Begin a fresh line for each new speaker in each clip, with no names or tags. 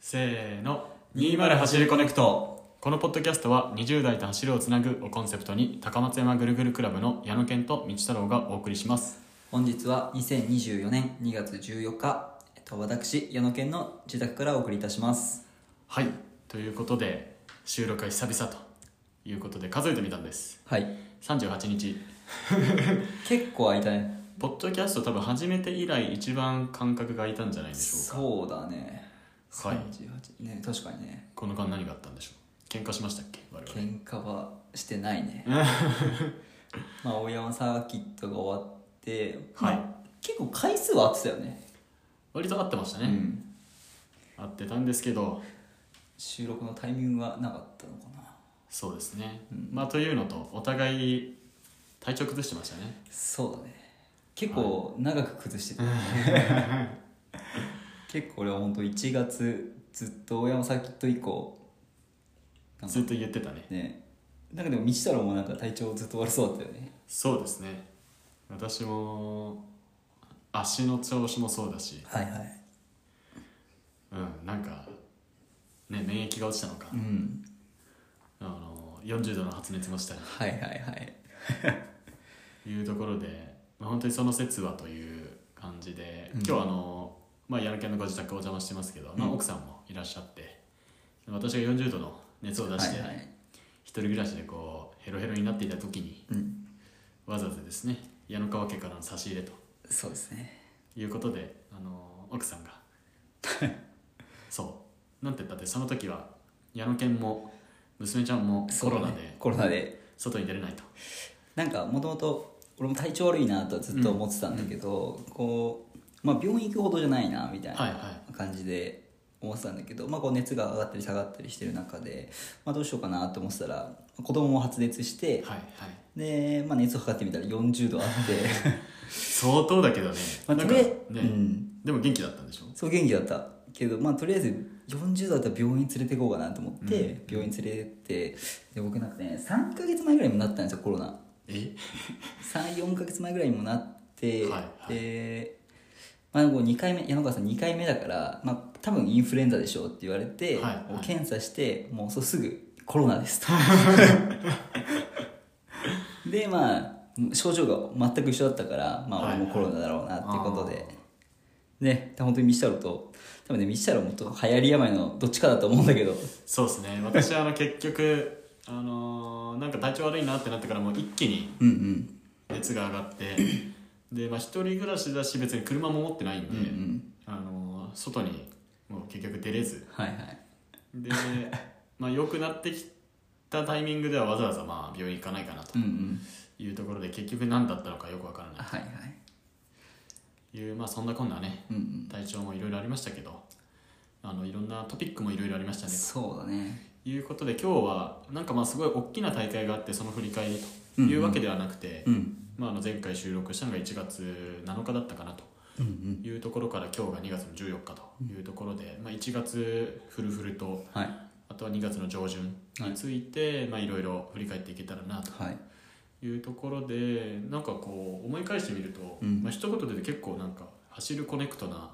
せーの20走るコネクトこのポッドキャストは20代と走るをつなぐをコンセプトに高松山ぐるぐるクラブの矢野健と道太郎がお送りします
本日は2024年2月14日、えっと、私矢野健の自宅からお送りいたします
はいということで収録は久々ということで数えてみたんです
はい
38日
結構空いたね
ポッドキャスト多分始めて以来一番間隔が空いたんじゃないでしょうか
そうだね
はい
38ね確かにね
この間何があったんでしょう喧嘩しましたっけ我々
喧嘩はしてないね まあ大山サーキットが終わって、
はい
まあ結構回数は合ってたよね
割と合ってました
う
ね、
ん
合ってたんですけど
収録のタイミングはなかったのかな
そうですね、まあというのとお互い体調崩してましたね
そうだね結構長く 崩してた、結構俺は本当1月ずっと大山サーキット以降なんか
ずっと言ってたね
ねなんかでも道太郎もなんか体調ずっと悪そうだったよね
そうですね私も足の調子もそうだし
はいはい
うんなんかね免疫が落ちたのか、
うん
あの40度の発熱もしたり
はいはいはい
というところで、まあ、本当にその説はという感じで
うん
今日あの、まあ、矢野家のご自宅お邪魔してますけど、まあ、奥さんもいらっしゃって私が40度の熱を出して、
はいはい
一人暮らしでこうヘロヘロになっていた時に
うん
わざわざですね矢野川家からの差し入れと
そうですね
いうことであの奥 さんがそうなんて言ったってその時は矢野健も娘ちゃんもコロナ
そうだね
で
コロナで
外に出れないと
なんかもともと俺も体調悪いなとはずっと思ってたんだけど、こうまあ病院行くほどじゃないなみたいな、
はいは
感じで思ってたんだけど、まあ、こう熱が上がったり下がったりしてる中で、まあ、どうしようかなと思ってたら子供も発熱し
い
て、
はいはい
で、まあ、熱を測ってみたら40度あって
相当だけどね,、
まあ
なん
と
か
りあえ
ね、
ず、うん、
でも元気だったんでしょ
そう元気だったけど、まあ、とりあえず40度だったら病院連れて行こうかなと思って、病院連れてってで僕なんかね3か月前ぐらいにもなったんですよコロナ
え
34か月前ぐらいにもなって、
はいはい
で、まあ、こう2回目矢野川さん2回目だから、まあ、多分インフルエンザでしょうって言われて、
はいはい
もう検査してもうそうすぐコロナです とでまあ症状が全く一緒だったから、まあ、
はい
俺もコロナだろうなっていうことで、ね本当に道太郎と多分ね道太郎もと流行り病のどっちかだと思うんだけど
そうですね私はあの結局あのーなんか体調悪いなってなってからもう一気に
うんうん
熱が上がってで、まあ、一人暮らしだし別に車も持ってないんで、
うんうん
あのー外にもう結局出れず
はいはい
で まあ良くなってきたタイミングではわざわざまあ病院行かないかなと
うんうん
いうところで結局何だったのかよくわからな
はいはい
いいうまあそんなこんなね
うんうん
体調もいろいろありましたけどあのいろんなトピックもいろいろありましたね
そうだね
ということで今日はなんかまあすごい大きな大会があってその振り返りというわけではなくて、
うん
まあ、あの前回収録したのが1月7日だったかなと
うんうん
いうところから今日が2月の14日というところで、まあ、1月フルフルと
はい
あとは2月の上旬について、いまあ、いろいろ振り返っていけたらなと
はい
いうところでなんかこう思い返してみると、
うん
まあ一言で結構なんか走るコネクトな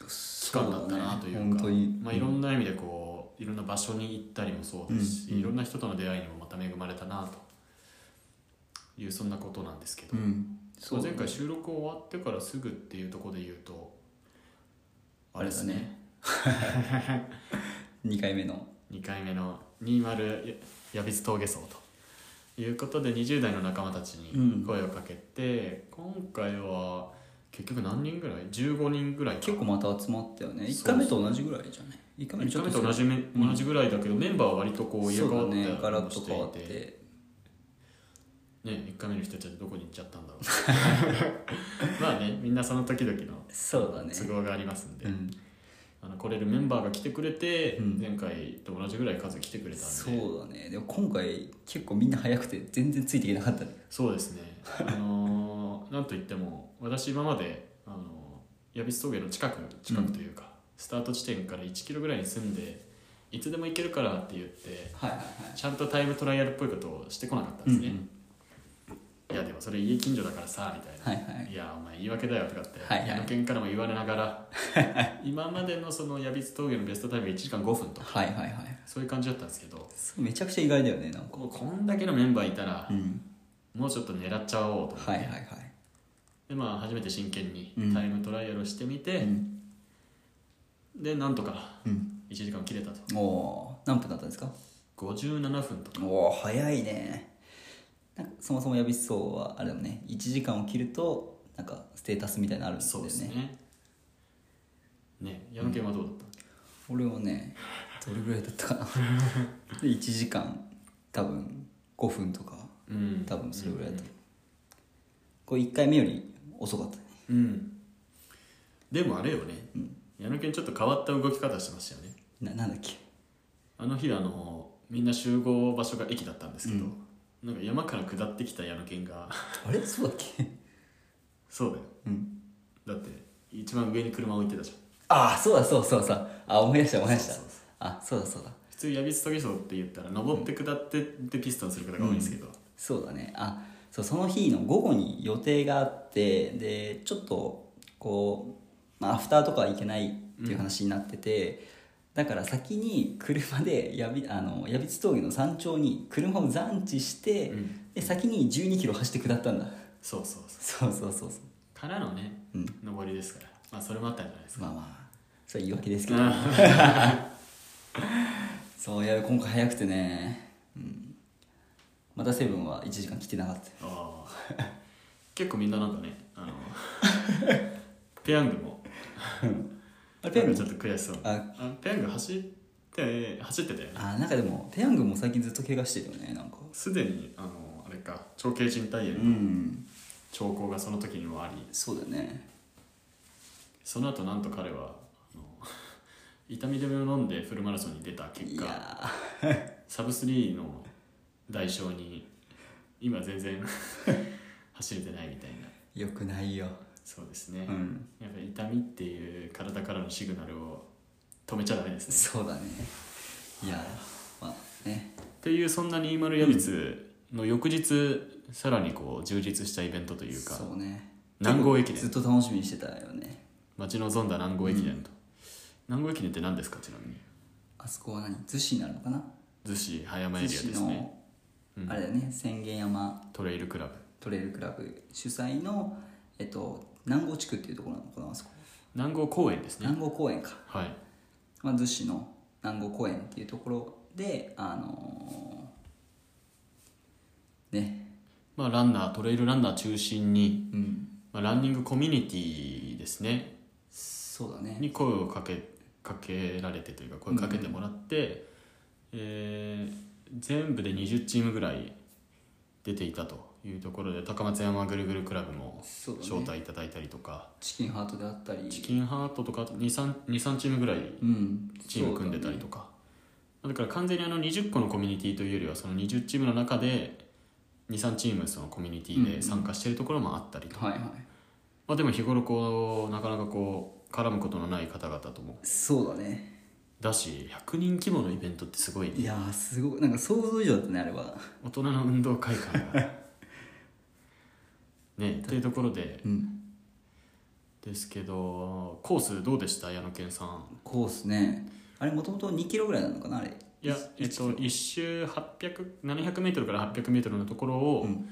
期
そう
間だったなというか
本当に
まあ、いろんな意味でこういろんな場所に行ったりもそうですし、
うんうん
いろんな人との出会いにもまた恵まれたなというそんなことなんですけど
う、んそう
前回収録終わってからすぐっていうところで言うと
あれだね2回目の
2回目の20ややびつ峠走ということで20代の仲間たち
うん
に声をかけて、今回は結局何人ぐらい15人ぐらいか
結構また集まったよね
そう
1回目と同じぐらいじゃない1回目
1
にちょ
回
っ
目
と
と同じめ、
うん
同じぐらいだけどメンバーは割とこう入れ替
そう
わ
だ
ったり
ねガラ
も
ッと
して
変わっ
いて
て
ね1回目の人たちはどこに行っちゃったんだろう まあねみんなその時々の
そうだね
都合がありますんで、
うん
あの来れるメンバーが来てくれて、
うん
前回と同じぐらい数来てくれたんで
そうだねでも今回結構みんな早くて全然ついていけなかったね
そうですねあのー なんといっても私今まで、あのー、矢峠の近く近くというか、スタート地点から1キロぐらいに住んでいつでも行けるからって言って
はいはいはい
ちゃんとタイムトライアルっぽいことをしてこなかったんですね、やでもそれ家近所だからさみたいな
はいはい
いやお前言い訳だよとかって、
はいはい
矢野犬からも言われながら今までのその矢光峠のベストタイムが1時間5分と
はいはいはい
そういう感じだったんですけど
そうめちゃくちゃ意外だよねなんか
こうこんだけのメンバーいたら
う、ん
もうちょっと狙っちゃおうと思って、
はいはいはい
でまあ初めて真剣に
うん
タイムトライアルをしてみ
う
て、
ん
でなんとか
うん
1時間切れたと
おお何分だったんですか
57分とか
おお早いねなんかそもそもやびそうはあれだもんね1時間を切るとなんかステータスみたいなのあるんだ
そ
よ
うです
ね
ねね矢野犬はどうだった、
俺はねどれぐらいだったか なで1時間多分5分とか
うん
多分それぐらいだった、こう1回目より遅かったね
うんでもあれよね、矢野犬ちょっと変わった動き方してましたよね
ななんだっけ
あの日あのみんな集合場所が駅だったんですけど、なんか山から下ってきた矢野犬が
あれそうだっけ
そうだよ
うん
だって一番上に車置いてたじゃん
ああそうだそうそうそうあ思い出した思い出した
そうそうそ
あそうだそうだ
普通ヤビストゲソって言ったら登って下ってでピストンすることが多いんですけど、
そうだねあそうその日の午後に予定があってでちょっとこう、まあ、アフターとかは行けないっていう話になってて、だから先に車でやびあの矢櫃峠の山頂に車を残置して、
うん
で先に1 2キロ走って下ったんだ
そうそうそう
そうそうそうそう
からのね、
うん
登りですからまあそれもあったんじゃないですか、
まあまあそれは言い訳ですけどそういや今回早くてね、うん、またセブンは1時間来てなかった
あー結構みんななんかね あのペヤングも
あれペヤング
ちょっと悔しそう
あ
あペヤング走って走ってたよね
あーなんかでもペヤングも最近ずっと怪我してるよねなんか
すでにあのあれか長径靭帯
う
炎の
ん
兆候がその時にもあり
そうだよね
その後なんと彼はあの 痛み止めを飲んでフルマラソンに出た結
い
果
や
サブ3の代償に今全然 走れてないみたいな
ーよくないよ
そうですね、
うん
やっぱり痛みっていう体からのシグナルを止めちゃダメですね
そうだねいやーまあね
っていうそんな20ヤビツの翌日さらにこう充実したイベントというか
そうね
南郷駅伝
ずっと楽しみにしてたよね
待ち望んだ南郷駅伝と、南郷駅伝って何ですかちなみに
あそこは何逗子になるのかな
逗子葉山エリ
逗
アで
子
すね
のあれだよね千間山
トレイルクラブ
トレイルクラブ主催のえっと南郷地区っていうところなのかなあそこ
南郷公園ですね
南郷公園か
はい
まあ、逗子の南郷公園っていうところであのーね
まあランナートレイルランナー中心に、
うん
まあ、ランニングコミュニティですね
そうだね
に声をかけかけられてというか声かけてもらって、えー全部で20チームぐらい出ていたというところで高松山ぐるぐるクラブも
そうだね
招待いただいたりとか、
チキンハートであったり
チキンハートとか23チームぐらい
うん
チーム組んでたりとかだ,、から完全にあの20個のコミュニティというよりはその20チームの中で23チームそのコミュニティで参加してるところもあったりと、
そうだねはいはい
まあ、でも日頃こうなかなかこう絡むことのない方々とも
そうだね
だし100人規模のイベントってすごいね
いやーすごいなんか想像以上だったねあれは
大人の運動会館がねっていうところで
うん
ですけどコースどうでした矢野健さん
コースねあれもともと2キロぐらいなのかなあれ
いや、えっと、1周700m から 800m のところを、
うん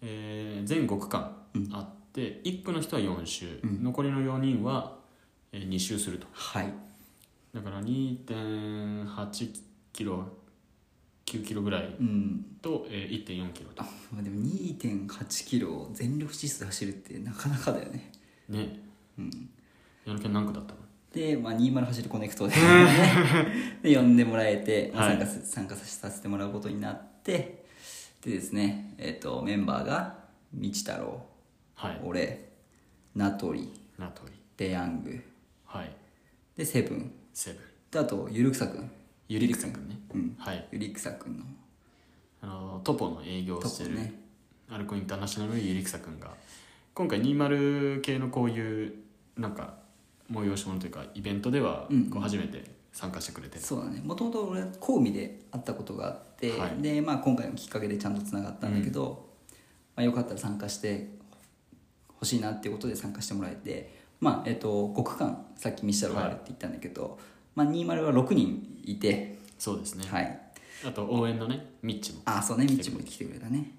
えー全5区間
うん
あって、一1区の人は4周、
うん
残りの4人は、え2周すると
はい
だから2.8キロ9キロぐらい
うん
と、えー1.4キロと
あまあでも2 8キロを全力疾走で走るってなかなかだよね
ね
うん
矢野県何区だったの
で、まあ、20走るコネク トでで呼んでもらえて、まあ
はい
参加す参加させてもらうことになってでですね、えっとメンバーが道太郎、
はい
俺名取
名取
ペヤング
はい
でセブン
セブン
であとゆるくさくん
ゆりくさんくんね、
うん
はい
ゆりくさくんの
あのトポの営業を
と
し
こ
てる、
ね
アルコインターナショナルのゆりくさくんが今回20系のこういうなんか催し物というかイベントでは
うん
こう初めて参加してくれて、
そうだねもともと俺神戸で会ったことがあって、
はい
で、まあ、今回のきっかけでちゃんとつながったんだけど、まあ、よかったら参加してほしいなっていうことで参加してもらえて、まあえっと5区間さっきミシャロがあるって言ったんだけど、まあ、20は6人いて、
そうですね、
はい、
あと応援のねミッチも
あそうねみっちも来てくれたね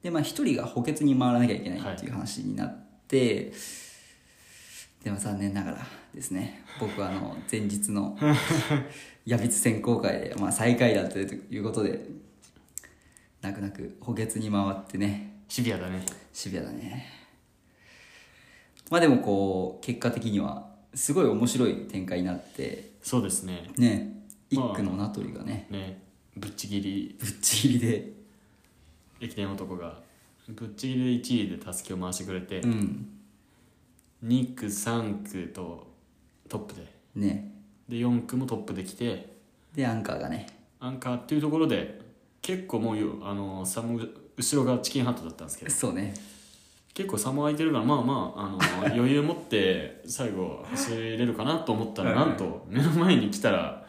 でまあ一人が補欠に回らなきゃいけないっていう話になって、でも残念ながらですね僕はあの前 日の矢筆選考会で、まあ、最下位だということで泣く泣く補欠に回ってね
シビアだね
シビアだねまあでもこう結果的にはすごい面白い展開になって
そうですね
ね一
まあ
区の名取がね
ねぶっちぎり
ぶっちぎりで
駅伝男がぶっちぎりで1位でたすきを回してくれて、
うん
2区3区とトップで
ね
で4区もトップで来て
でアンカーがね
アンカーっていうところで結構もうよあの差も後ろがチキンハットだったんですけど
そうね
結構差も空いてるからまあまああ の余裕持って最後走れるかなと思ったら
はい
なんと目の前に来たら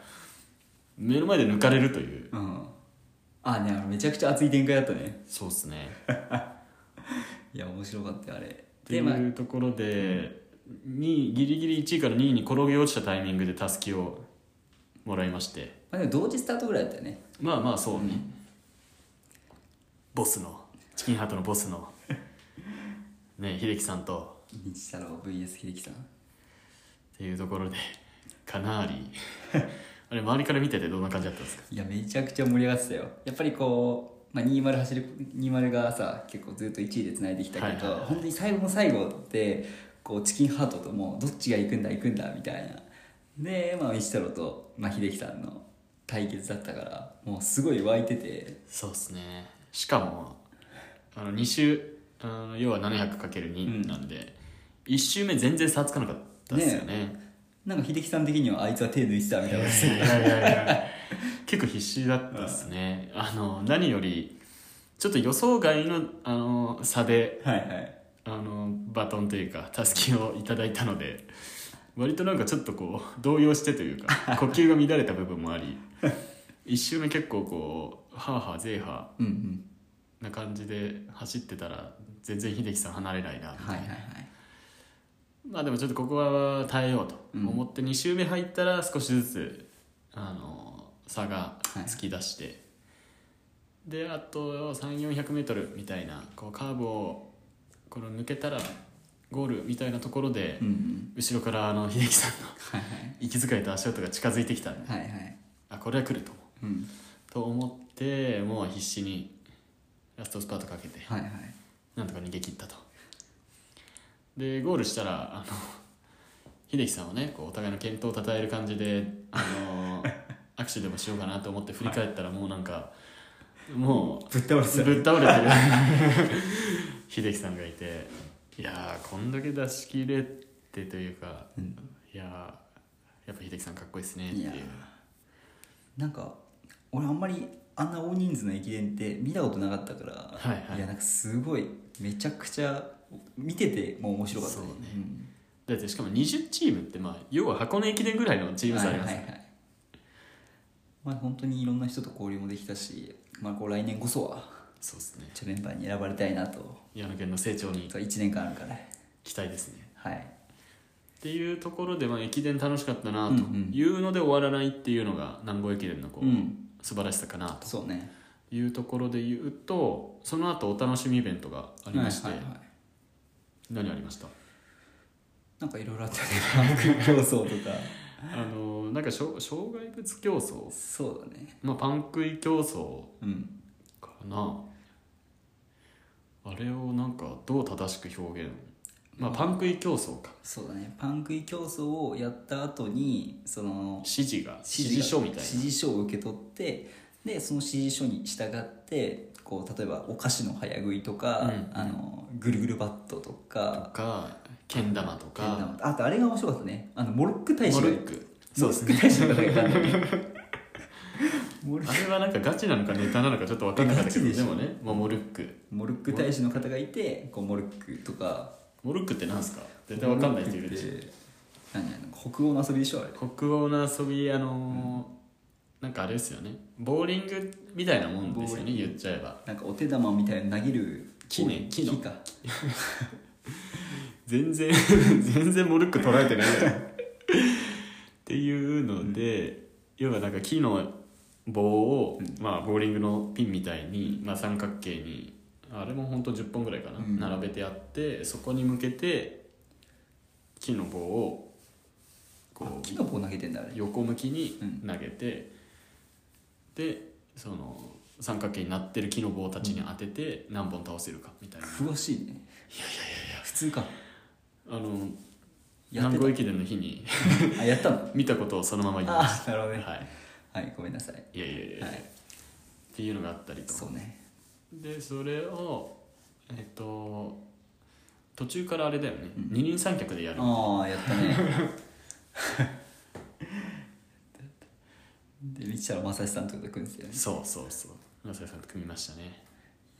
目の前で抜かれるという
うんあねあのめちゃくちゃ熱い展開だったね
そうですね
いや面白かったよあれ
って
でまあ
いうところで2位ギリギリ1位から2位に転げ落ちたタイミングでたすきをもらいまして
まあでも同時スタートぐらいだったよね
まあまあそうね、ボスのチキンハートのボス のね秀樹さんと
日太郎 VS 秀樹さん
っていうところで かなり あれ周りから見ててどんな感じだったんですか
いやめちゃくちゃ盛り上がってたよやっぱりこう、まあ、20走る20がさ結構ずっと1位でつないできたけど、
はいはいはい
本当に最後の最後ってこうチキンハートともうどっちが行くんだ行くんだみたいなで、まあ、日太郎と、まあ、秀樹さんの対決だったからもうすごい湧いてて
そうですねしかもあの2周あの要は 700×2 なんで、一1周目全然差つかなかったですよね
なんか秀樹さん的にはあいつは手抜いてたみたいな
いやいやいや結構必死だったですね、あの何よりちょっと予想外のあの差で
はいはい
あのバトンというかたすきをいただいたので割となんかちょっとこう動揺してというか呼吸が乱れた部分もあり一周目結構こうハーハーゼーハ
うんうん
ーな感じで走ってたら全然秀樹さん離れないなみたいな
はいはいはい
まあでもちょっとここは耐えようと思って2周目入ったら少しずつあの差がつき出して、であと3 4 0 0ルみたいなこうカーブをこの抜けたらゴールみたいなところで、
うんうん
後ろからあの秀樹さんの
はい
息遣いと足音が近づいてきたんで
はいはいはい
あこれは来ると
うん
と思ってもう必死にラストスパートかけて
はいはい
なんとか逃げ切ったとでゴールしたらあの秀樹さんはねこうお互いの健闘をたたえる感じであ の握手でもしようかなと思って振り返ったらもうなんかも
ぶっ倒れ
うぶっ倒れてる 秀樹さんがいていやーこんだけ出し切れてというか、いやーやっぱ秀樹さんかっこいいですねっていう
いやーなんか俺あんまりあんな大人数の駅伝って見たことなかったから、
はいはい
やなんかすごいめちゃくちゃ見ててもう面白かった
そうね
ん
だってしかも20チームってまあ要は箱根駅伝ぐらいのチーム差あります
はいはいはいまあ本当にいろんな人と交流もできたし、まあ、こう来年こそは
そうですね
一応メンバーに選ばれたいなと
矢野県の成長に
1年間あるから
期待ですね
はい
っていうところで、まあ、駅伝楽しかったなと
うんうん
いうので終わらないっていうのが南郷駅伝のこう、
うん
素晴らしさかなと
そうね
いうところで言うとその後お楽しみイベントがありまして、
はいはいはい
何ありました
なんかいろいろあったよねパンク競争とか
あのなんかしょ障害物競争、
そうだね
まあ、パン食い競争
うん
かなあれをなんかどう正しく表現まあパン食い競争か
そうだねパン食い競争をやった後にその
指示が指示
が
書みたい
指示書を受け取ってでその指示書に従ってこう例えばお菓子の早食いとか、
うん
あのぐるぐるバットと
なと
か
かけん玉と
変
か
なあとあれが面白かったねあのモルック大使
モ
が
ルックそうですね
モルック大使の方がいたんだねモル
あれはなんかガチなのかネタなのかちょっと分かんなかったけど
ガ
で
チでしょ
もね、まあ、モルック
モルック大使の方がいてこうモルックとか
モルックってなんすか絶対分かんない人いるでしょ
で何あの北欧の遊びでしょあれ
北欧の遊びあのーなんかあれですよねボーリングみたいなもんですよね言っちゃえば
なんかお手玉みたいに投げる
木ね木の
木か
全然 全然モルック捉えてないっていうので、要はなんか木の棒を、まあ、ボーリングのピンみたいに、まあ、三角形にあれも本当10本ぐらいかな、
うん
並べてあってそこに向けて木の棒をこ
木
う
の棒投げてんだあれ
横向きに
うん
投げて、でその三角形になってる木の棒たちに当てて何本倒せるかみたいな、
詳しいねいやいやいや普通か
あの
やっ
南
て
郷駅伝の日に
たあやったの
見たことをそのまま言いまし
ああなるほど
た、
ね
はい、
はいごめんなさい
いやいやいや、
はい
っていうのがあったりと
そうね
でそれをえっと途中からあれだよね、二人三脚でやる
ああやったね で見てたら正志さんとかと組んでたよね
そうそうそう村瀬さんと組みましたね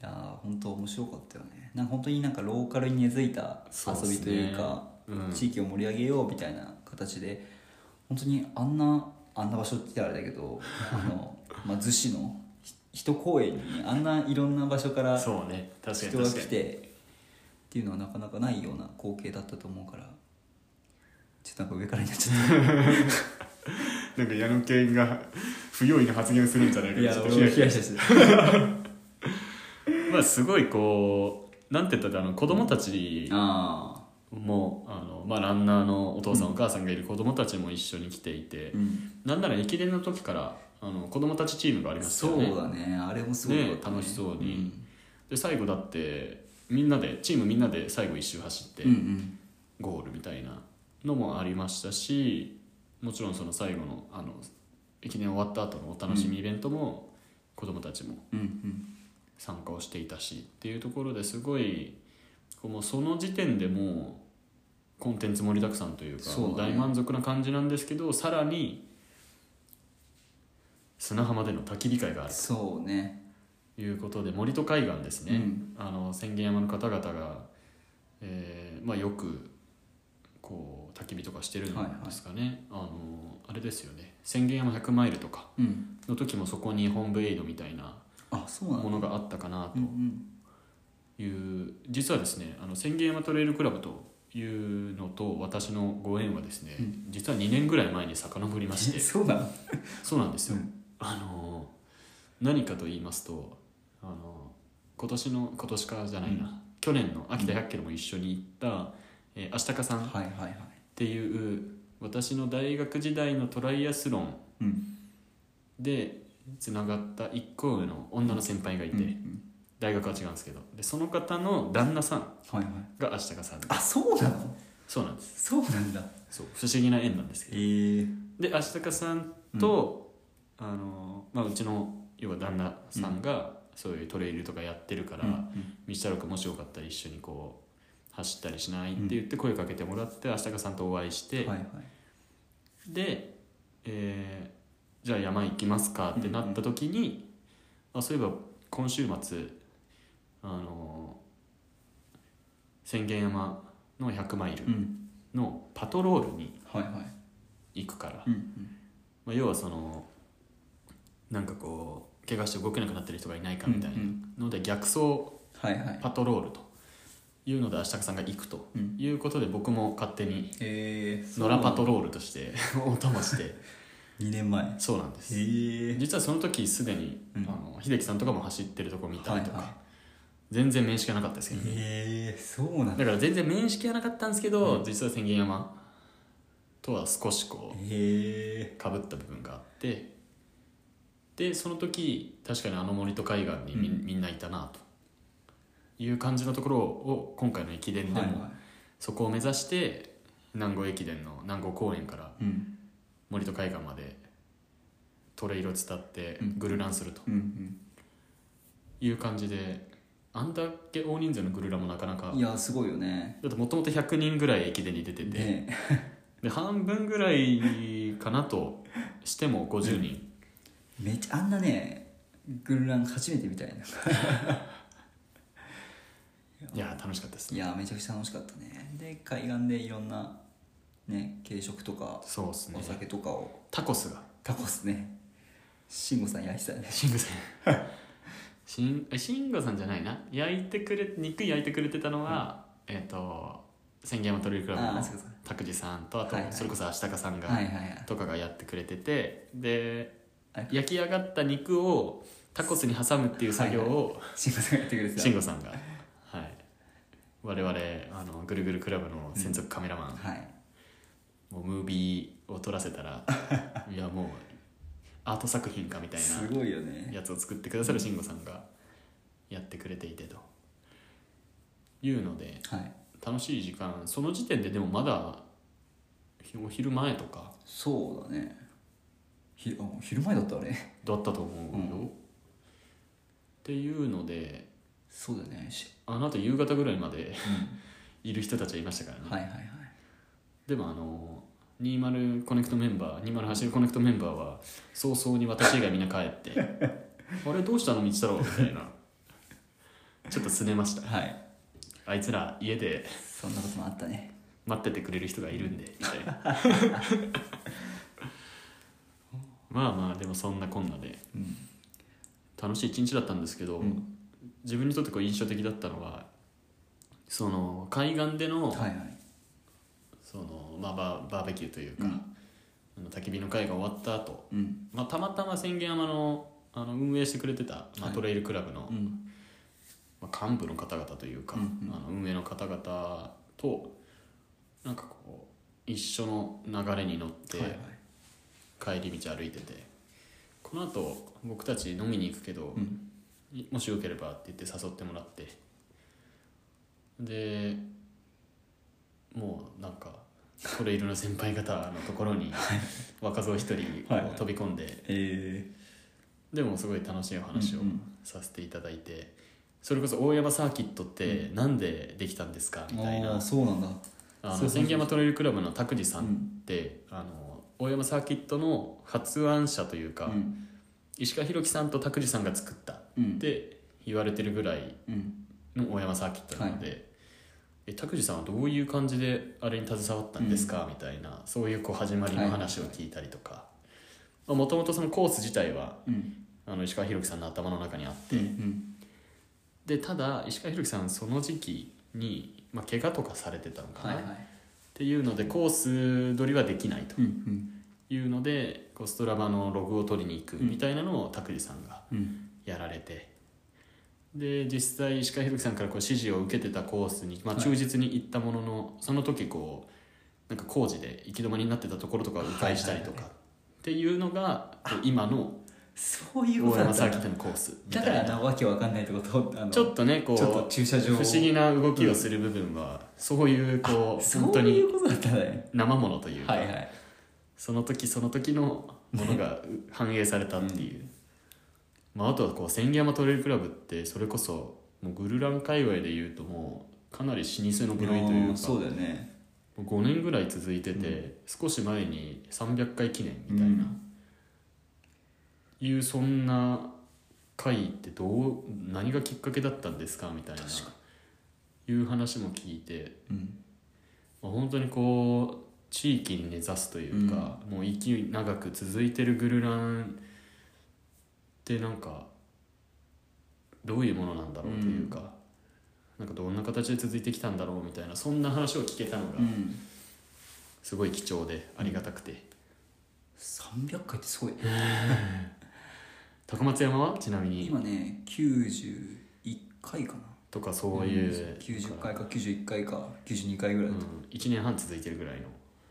いやー本当面白かったよねなんか本当になんかローカルに根付いた
そうっす
遊
ね
びというか
うん
地域を盛り上げようみたいな形で本当にあんなあんな場所って言ったらあれだけ どあの、まあ、逗子のひ一公園にあんないろんな場所から人
そうね確かに
が
確か
来
に
てっていうのはなかなかないような光景だったと思うからちょっとなんか上からになっちゃっ
なんか矢野犬が不用意な発言をするんじゃ ない
た
かちょっとヒヤヒヤ
しです
まあすごいこうなんて言ったってあの子供たち
あ
もあの、まあ、ランナーのお父さんお母さんがいる子供たちも一緒に来ていて
あ、、うん、
なんなら駅伝の時からあの子供たちチームがありましたよ
そ
ね
うだねあれもすごいよかった
ね楽しそうにで最後だってみんなでチームみんなで最後一周走って
うんうんうん
ゴールみたいなのもありましたしもちろんその最後のあの駅伝終わった後のお楽しみイベントも子供たちも
うんうん
参加をしていたしっていうところですごいこうもうその時点でもうコンテンツ盛りだくさんというか
そうだね
大満足な感じなんですけどさらに砂浜での焚き火会がある
そうね
ということで森戸海岸ですね、
うん
あの浅間山の方々が、えーまあ、よくこう焚き火とかしてるんですかね、あのあれですよね浅間山100マイルとか
うん
の時もそこに本部エイドみたいな
あそうなんだ
ものがあったかな
うんうん
という、実はですねあの浅間山トレイルクラブというのと私のご縁はですね、実は2年ぐらい前に遡りまして
そうなの
そうなんですよ、
う
あの何かと言いますとあの今年の今年かじゃないな、去年の秋田100キロも一緒に行った、えー、アシタカさんっ
はいはいはい
ていう私の大学時代のトライアスロン
うん
でつながった一個上の女の先輩がいて、
うん
大学は違うんですけどでその方の旦那さん
はいはい
がアシタカさん
あそうなの
そうなんです
そうなんだ
そう不思議な縁なんですけど
ええ
で足高さんと、うあのまあ、うちの要は旦那さんがそういうトレイルとかやってるから
うんう
「道太郎君もしよかったら一緒にこう走ったりしない?」って言って声かけてもらって足高さんとお会いして、
はいはい
で、えーじゃあ山行きますか」ってなった時に、あそういえば今週末あの宣言山の100マイル
うん
のパトロールに
はいはい
行くから。
うんうん
まあ、要はそのなんかこう怪我して動けなくなってる人がいないかみたいな
うん
ので逆走
はいはい
パトロールというので足高さんが行くと
うん
いうことで僕も勝手に
ええ
野良パトロールとしてお供 して
2年前へ
そうなんです
え
実はその時すでにあ
うん
の秀樹さんとかも走ってるとこ見たりと
はいは
か
い
全然面識がなかったですけどね
ええそうなんだ
だから全然面識がなかったんですけど実は千言山とは少しこう
へえ
かぶった部分があってでその時確かにあの森と海岸にみ,、ん、みんないたなという感じのところを今回の駅伝で
はい
も
は
そこを目指して南郷駅伝の南郷公園から
いうん
森と海岸までトレイルを伝って
うん
グルランすると
うん
いう感じであんだけ大人数のグルラもなかなか
うんいやすごいよね
だってもともと100人ぐらい駅伝に出てて、
ねえ
で半分ぐらいかなとしても50人。
めっちゃあんなねグルラン初めてみたいない
や楽しかったです
いやめちゃくちゃ楽しかったねで海岸でいろんなね軽食とか
そうですね
お酒とかを
タコスが
タコスね慎吾さん焼いてたね
シングさんしんえ慎吾さんじゃないな焼いてくれ肉焼いてくれてたのは、えっ、と千山トリクラブ
あ
の
あそうそう
拓司さんとあと、
はいはい
それこそしたかさんが、
はいはいはい
とかがやってくれててで
あれ
焼き上がった肉をタコスに挟むっていう作業を
慎吾さんがやってくれ てた
慎吾さんが、はい、我々あのぐるぐるクラブの専属カメラマン、
はい
もうムービーを撮らせた らいやもうアート作品かみたいな
すごいよね
やつを作ってくださる慎吾さんがやってくれていてというので
はい
楽しい時間その時点ででもまだお昼前とか
そうだねひあ昼前だったあれ
だったと思うよ、っていうので
そうだよねし
あのあと夕方ぐらいまで いる人たちはいましたからね、
はいはいはい
でもあの20コネクトメンバー20走るコネクトメンバーは早々に私以外みんな帰ってあれどうしたの道太郎みたいなちょっとすねました
はい
あいつら家で
そんなこともあったね
待っててくれる人がいるん でみたいなまあまあでもそんなこんなで、
うん
楽しい一日だったんですけど、
うん
自分にとってこう印象的だったのはその海岸での,、
はいはい
そのまあ、バーバーベキューというか、
うん
あの焚き火の会が終わった後、
うん
まあたまたま宣言山のあの運営してくれてた、まあ、トレイルクラブの、
うん
まあ、幹部の方々というか、
うんうん
あの運営の方々となんかこう一緒の流れに乗って
はいはい
帰り道歩いてて、このあと僕たち飲みに行くけど
う、ん
いもしよければって言って誘ってもらってでもうなんかトレイルの先輩方のところ に若造一人こ
はいはいう
飛び込んで
え
でもすごい楽しいお話を
うんうん
させていただいて、それこそ大山サーキットってなんでできたんですか
ー
みたいな、
あーそうなんだ
あ
そうそうそう
の千山トレイルクラブの拓司さんって、あの大山サーキットの発案者というか、
うん
石川弘樹さんと拓司さんが作ったっ
うん
て言われてるぐらい
うん
の大山サーキットなので、え拓司さんはどういう感じであれに携わったんですか、みたいなそういうこう始まりの話を聞いたりとかもともとそのコース自体は
うん
あの石川博樹さんの頭の中にあって、
うん
でただ石川博樹さんその時期に、まあ、怪我とかされてたのか
は
な、
いはい
っていうのでコース取りはできないと
うんうん
いうので、こうストラバのログを取りに行くみたいなのを拓司さんが
うん
やられてで実際石川博樹さんからこう指示を受けてたコースに、まあ、
はい
忠実に行ったものの、その時こうなんか工事で行き止まりになってたところとかを迂回したりとか、っていうのがこう今の
そういうこ
大
とだ
山
った
サ
ん
ーキッ
だ
トのコースみたい
だか
な
らなわけわかんないってことあの
ちょっとねこう
ちょっと駐車場を
不思議な動きをする部分はそういうこう本
そ
当
うい
に
うことだったんだね
生ものというか、
はいはい
その時その時のものが反映されたっていう、まあ、あとはこう千里山トレイルクラブってそれこそもうグルラン界隈でいうともうかなり老舗の部類とい
あ
う
ー
か
そうだよね
5年ぐらい続いてて、少し前に300回記念みたいな、いうそんな会ってどう何がきっかけだったんですかみたいないう話も聞いて、
うん
まあ、本当にこう地域に根ざすというか、もう息長く続いてるグルランってなんかどういうものなんだろうというか、なんかどんな形で続いてきたんだろうみたいなそんな話を聞けたのが
うん
すごい貴重でありがたくて、
300回ってすごいね
高松山はちなみに
今ね91回かな
とかそういう、
90回か91回か92回ぐ
う
らいだった
ん、1年半続いてるぐらいの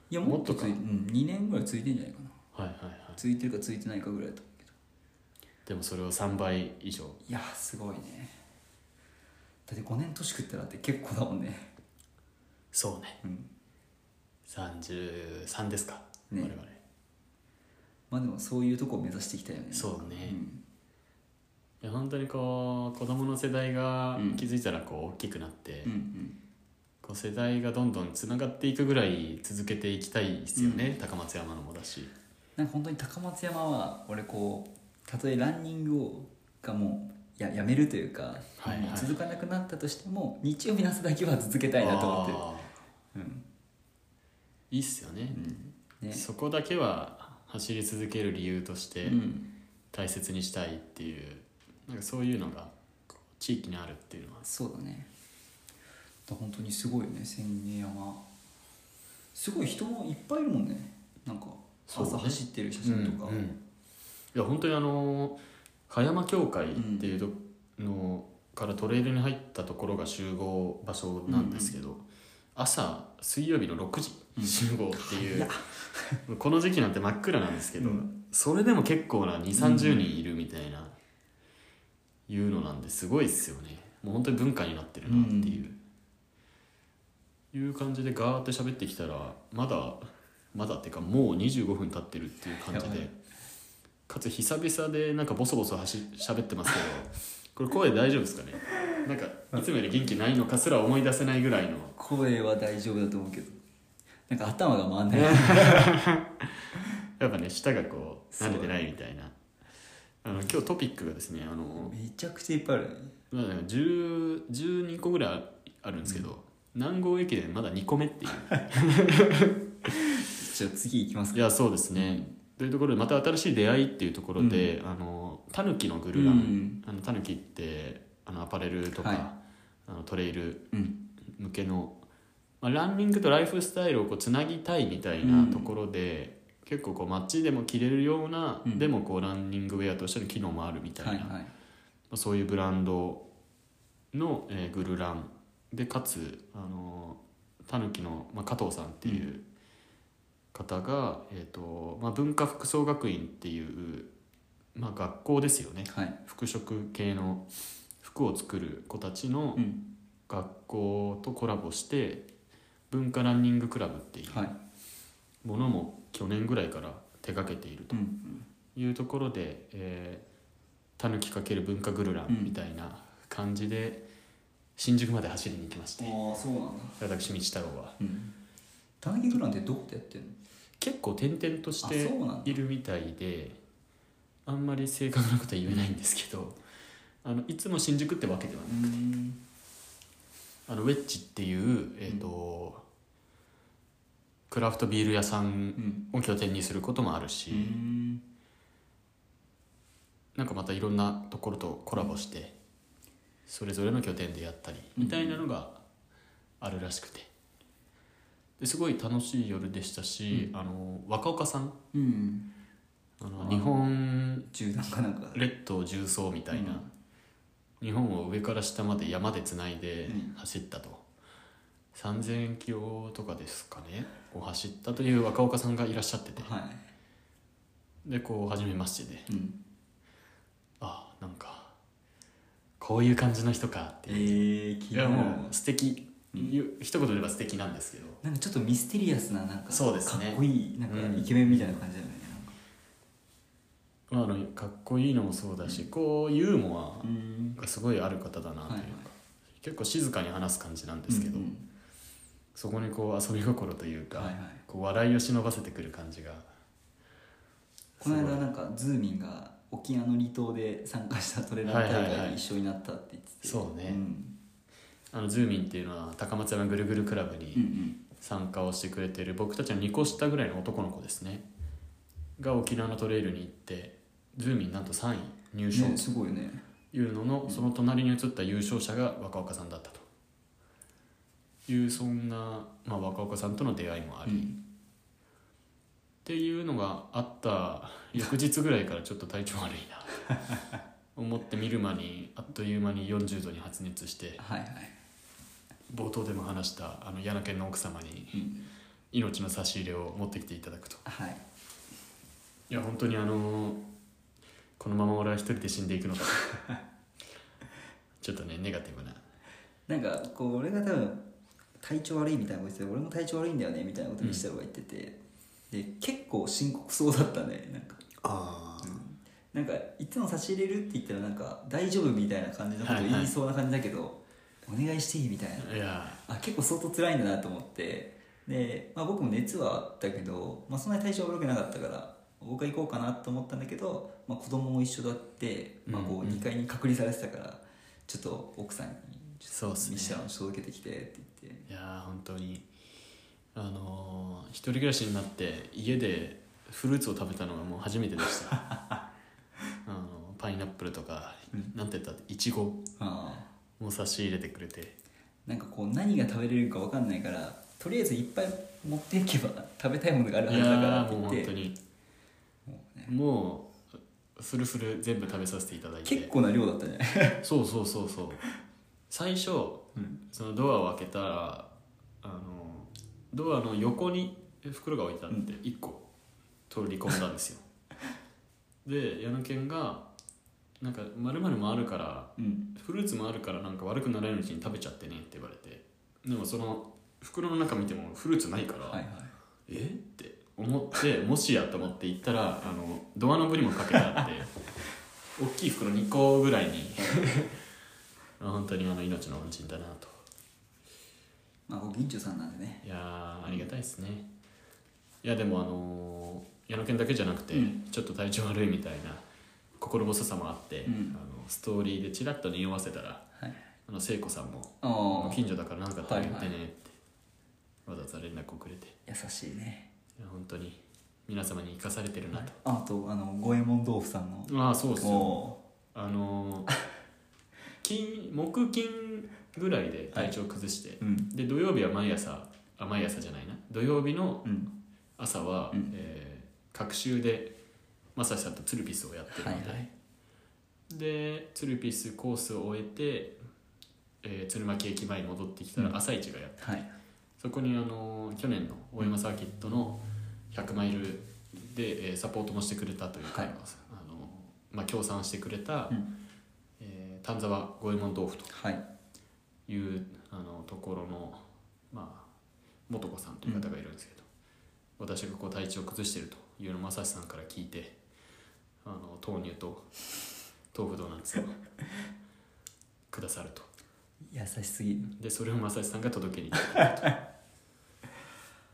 いや
も
も
っ
っ
と
と
か
ついうん2年ぐらいついてんじゃないかな
はいはいはい
ついてるかついてないかぐらいだと思うけど
でもそれを3倍以上
いやすごいねだって5年年食ってだって結構だもんね
そうね、
うん
33ですか、
ね
我々
まあでもそういうとこを目指していきたいよね
そうね
ん
いや本当にこう子供の世代が
うん
気づいたらこう大きくなって、
うんうん
こう世代がどんどんつながっていくぐらい続けていきたいですよね、高松山のもだし
なんか本当に高松山は俺こうたとえランニングをがもうややめるというか、
はいはい
もう続かなくなったとしても日曜日の朝だけは続けたいなと思ってる
あ
うん
ーいいっすよね,、
ね
そこだけは走り続ける理由として
うん
大切にしたいっていうなんかそういうのがこう地域にあるっていうのは
そうだねだ本当にすごいよね千里山すごい人もいっぱいいるもんねなんか
そうね
朝走ってる写真とか、
うんうんいや本当にあの葉山教会っていうとのからトレイルに入ったところが集合場所なんですけど、朝水曜日の6時集合っていう、この時期なんて真っ暗なんですけど、
うん
それでも結構な2 3 0人いるみたいな、いうのなんですごいっすよねもう本当に文化になってるなっていう、いう感じでガーって喋ってきたらまだまだっていうかもう25分経ってるっていう感じ
やばい
でかつ久々でなんかボソボソはし喋ってますけど これ声大丈夫ですかねなんかいつもより元気ないのかすら思い出せないぐらいの
声は大丈夫だと思うけどなんか頭が回んない、
やっぱね舌がこう
そう
慣れてないみたいなあの今日トピックがですねあの
めちゃくちゃいっぱいあるね
まだ10 12個ぐらいあるんですけど、南郷駅伝まだ2個目っていう
じゃあ次行きます
い
か
やそうですね、というところでまた新しい出会いっていうところで、あのタヌキのグルラン、
うん
あのタヌキってあのアパレルとか、
はい
あのトレイル
うん
向けの、まあ、ランニングとライフスタイルをこうつなぎたいみたいなところで、結構こう街でも着れるような、
うん
でもこうランニングウェアとしての機能もあるみたいな、
はいはい
まあそういうブランドの、えーグルランでかつあのたぬきの、まあ、加藤さんっていう方が、えーとまあ、文化服装学院っていう、まあ、学校ですよね
はい
服飾系の服を作る子たちの
うん
学校とコラボして文化ランニングクラブってい
はいう
ものも去年ぐらいから手掛けていると
うん
いうところで、えー、タヌキ×文化グルランみたいな感じで、新宿まで走りに行きまして
ああそうなんだ
私道太郎は
うんタヌキグランってどこでやってんの
結構転々とし
あ
て
そうなんだ
いるみたいであんまり正確なことは言えないんですけどあのいつも新宿ってわけではない
うん
あのウェッジっていう、えーとクラフトビール屋さん
うん
を拠点にすることもあるし、
うん
なんかまたいろんなところとコラボしてそれぞれの拠点でやったりみたいなのがあるらしくてですごい楽しい夜でしたし、あの若岡さん
うん
あの
あー
日本
銃弾かなんか
列島重曹みたいな、日本を上から下まで山でつないで
うん
走ったと、3,000キロとかですかねを走ったという若岡さんがいらっしゃってて
は
でこう初めましてで
いうん
あなんかこういう感じの人かって
えー気
い
に
や
なる
もう素敵、ゆ一言で言えば素敵なんですけど
なんかちょっとミステリアスななんか
そうですね
かっこいいなんか
うん
イケメンみたいな感じだよね、
まああのかっこいいのもそうだし、こうユーモア
うん
がすごいある方だなというか、
はいはい
結構静かに話す感じなんですけど、
うん
そこにこう遊び心というか、
はいはい
こう笑いを忍ばせてくる感じが
この
す
間
ごい
なんかズーミンが沖縄の離島で参加したトレラン
は
大
いはいは
会
い
に一緒になったって言ってて、
そうね
ん
あのズーミンっていうのは高松山ぐるぐるクラブ
うん
に参加をしてくれてる僕たちの2個下ぐらいの男の子ですねが沖縄のトレイルに行ってズーミンなんと3位
う
入賞
んねすごいね
いうのの、その隣に移った優勝者が若岡さんだったというそんな、まあ、若岡さんとの出会いもあり、
う
っ
ん
ていうのがあった翌日ぐらいからちょっと体調悪いな思って見る間にあっという間に40度に発熱して
はいはい
冒頭でも話したあの柳犬の奥様に
うん
命の差し入れを持ってきていただくと
はい
いや本当にあのこのまま俺は一人で死んでいく のかとちょっとねネガティブな
なんかこう俺が多分体調悪いみたいなこと言ってて俺も体調悪いんだよねみたいなことにしたが言ってて、で結構深刻そうだったねなんか
ああ
なんかいつも差し入れるって言ったらなんか大丈夫みたいな感じのこと言いそうな感じだけど、お願いしていいみたいない
や
あ結構相当辛いんだなと思ってで、まあ、僕も熱はあったけど、まあ、そんなに体調悪くなかったから僕は行こうかなと思ったんだけど、まあ、子供も一緒だって、まあ、
う
こうん
うん
2階に隔離されてたから、ちょっと奥さんにち
そう
ょ
っ
っと
すね
ミシャンを届けてきてって言っ
い
て
やー本当にあのー一人暮らしにな って家でフルーツを食べたのがもう初めてでしたあのパイイナップルとか、なんて言ったっていちご
あ
も差し入れてくれて
ーなんかこう何が食べれるか分かんないからとりあえずいっぱい持っていけば食べたいものがあるはいず
や
だからっ
ー
て
もう
言
本
って
当に
もうね
もうするする全部食べさせていただいて
結構な量だったね
そうそうそうそう最初、
うん
そのドアを開けたらあのドアの横に袋が置いてあって
うん
1個取り込んだんです よで矢野犬が「なんかまるもあるから
うん
フルーツもあるからなんか悪くならないうちに食べちゃってね」って言われてでもその袋の中見てもフルーツないから「
はいはい
えっ?」て思ってもしやと思って行ったらあのドアノブにもかけてあって 大きい袋2個ぐらいに あ本当にあの命の恩人だなと
まあご銀中さんなんでね
いやーありがたいですねいやでもあのー矢野犬だけじゃなくて、
うん
ちょっと体調悪いみたいな心細さもあって、
うん
あのストーリーでちらっと匂わせたら
はい
あの聖子さんも「
あー
近所だから何かあったら言ってね」って
は、
わざわざ連絡をくれてい
優しいね
や本当に皆様に生かされてるなと、
あとあの五右衛門豆腐さんの
ああそうっすよ
も
あのー金木金ぐらいで体調崩して、
ううん
で土曜日は毎朝あ毎朝じゃないな土曜日の
うん
朝は、
うん
えー、隔週でまさしさんとツルピスをやってるので、
はいはい
でツルピスコースを終えて、えー、鶴巻駅前に戻ってきた
うん
ら朝一がやって、
はい
そこにあのー去年の大山サーキットの100マイルで、えーサポートもしてくれたというか、
は
あ
い
のーまあ、協賛してくれた、
うん
えー丹沢五右衛門豆腐と
はい
いうあのところのまあ元子さんという方がいるんですけど、私がこう体調を崩してるというのを正志さんから聞いてあの豆乳と豆腐ドーナツを くださると
優しすぎる
でそれを正志さんが届けに行ってくれる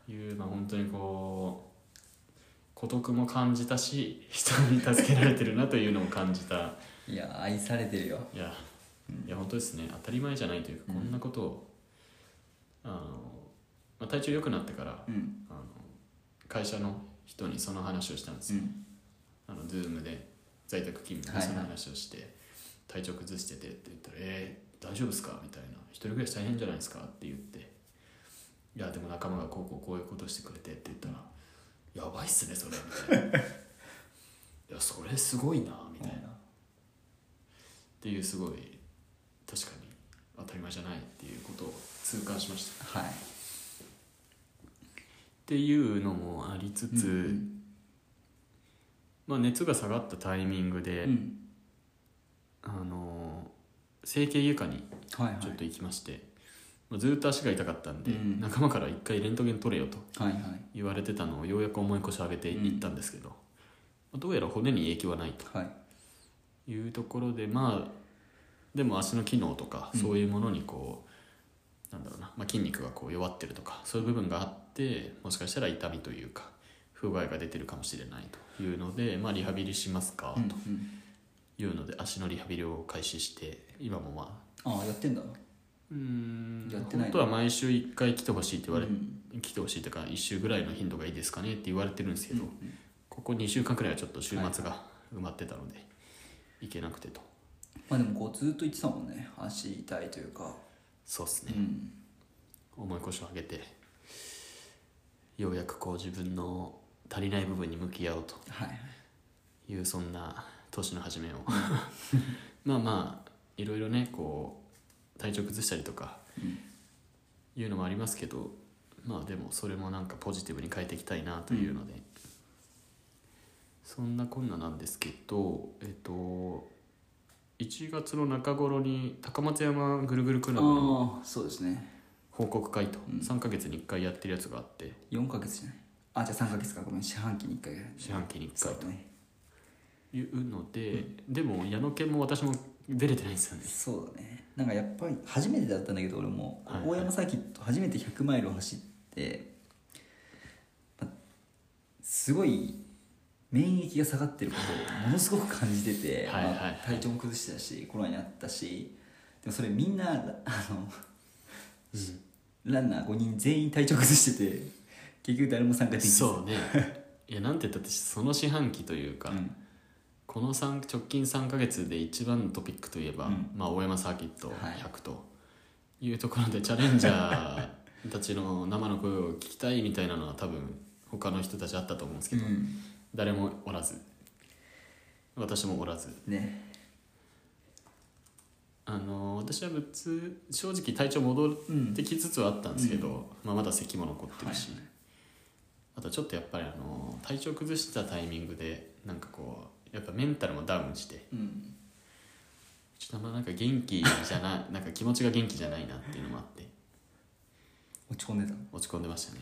というまあ本当にこう孤独も感じたし人に助けられてるなというのも感じた
いや愛されてるよ
いや、いや本当ですね当たり前じゃないというか、
うん
こんなことをあの、まあ、体調良くなってから
うん
あの会社の人にその話をしたんです
う
よ、
ん
あの Zoom で在宅勤務
は
で
い
その話をして、体調崩しててって言ったら「えー、大丈夫ですか?」みたいな「一人暮らし大変じゃないですか?」って言って「いやでも仲間がこうこうこういうことしてくれて」って言ったら「やばいっすねそれ」みたいな「いやそれすごいな」みたいな。っていうすごい確かに当たり前じゃないっていうことを痛感しましたっ
はい
ていうのもありつつ、
うん
まあ、熱が下がったタイミングで、
うん
あの整形外科に
はい
ちょっ
は
と行きまして、まあ、ずっと足が痛かったんで、
うん
仲間から一回レントゲン取れよと
いはいはい
言われてたのをようやく重い腰上げて行ったんですけど、まあどうやら骨に影響はないと
はい
いうところでまあでも足の機能とか
うん
そういうものにこう、なんだろうな、まあ、筋肉がこう弱ってるとかそういう部分があってもしかしたら痛みというか不具合が出てるかもしれないというので、まあ、リハビリしますか
うん
と
うん
いうので足のリハビリを開始して今もまあ
ああやってんだ
うーん
やってない
本当は毎週1回来てほしいって言われ、
うん
来てほしいとか1週ぐらいの頻度がいいですかねって言われてるんですけど、
うん
ここ2週間くらいはちょっと週末が埋まってたので行けなくてと
まあでもこうずっと言ってたもんね足痛いというか
そうですね
うん
重い腰を上げてようやくこう自分の足りない部分に向き合おうと
はいはい
いうそんな年の初めを まあまあいろいろねこう体調崩したりとかいうのもありますけどまあでもそれもなんかポジティブに変えていきたいなというので、そんなこんななんですけどえっと1月の中頃に高松山ぐるぐるクラブの
ああそうですね
報告会と
うん
3ヶ月に1回やってるやつがあって
4ヶ月じゃないあじゃあ3ヶ月かごめん四半期に1回ぐらい
四半期に1
そ
回
うだね
いうので、でも矢野犬も私も出れてないんですよね
そうだねなんかやっぱり初めてだったんだけど俺も
はいはい
大山サーキット初めて100マイルを走って、ますごい免疫が下がってることをものすごく感じてて
はいはいはい
まあ体調も崩してたしコロナになったしでもそれみんなあの、ランナー5人全員体調崩してて結局誰も参加できず
そうねいやなんて言ったってその四半期というか、
うん
この三直近3か月で一番のトピックといえば、
うん
まあ、大山サーキット
はい
100というところでチャレンジャーたちの生の声を聞きたいみたいなのは多分他の人たちあったと思うんですけど、
ん
誰もおらず私もおらず
ね
あの私は物正直体調戻ってきつつはあったんですけど、まあ、まだ咳も残ってるし、あとちょっとやっぱりあの体調崩したタイミングでなんかこうやっぱメンタルもダウンして
うん
ちょっとあんまなんか元気じゃない なんか気持ちが元気じゃないなっていうのもあって
落ち込んでたの
落ち込んでましたね。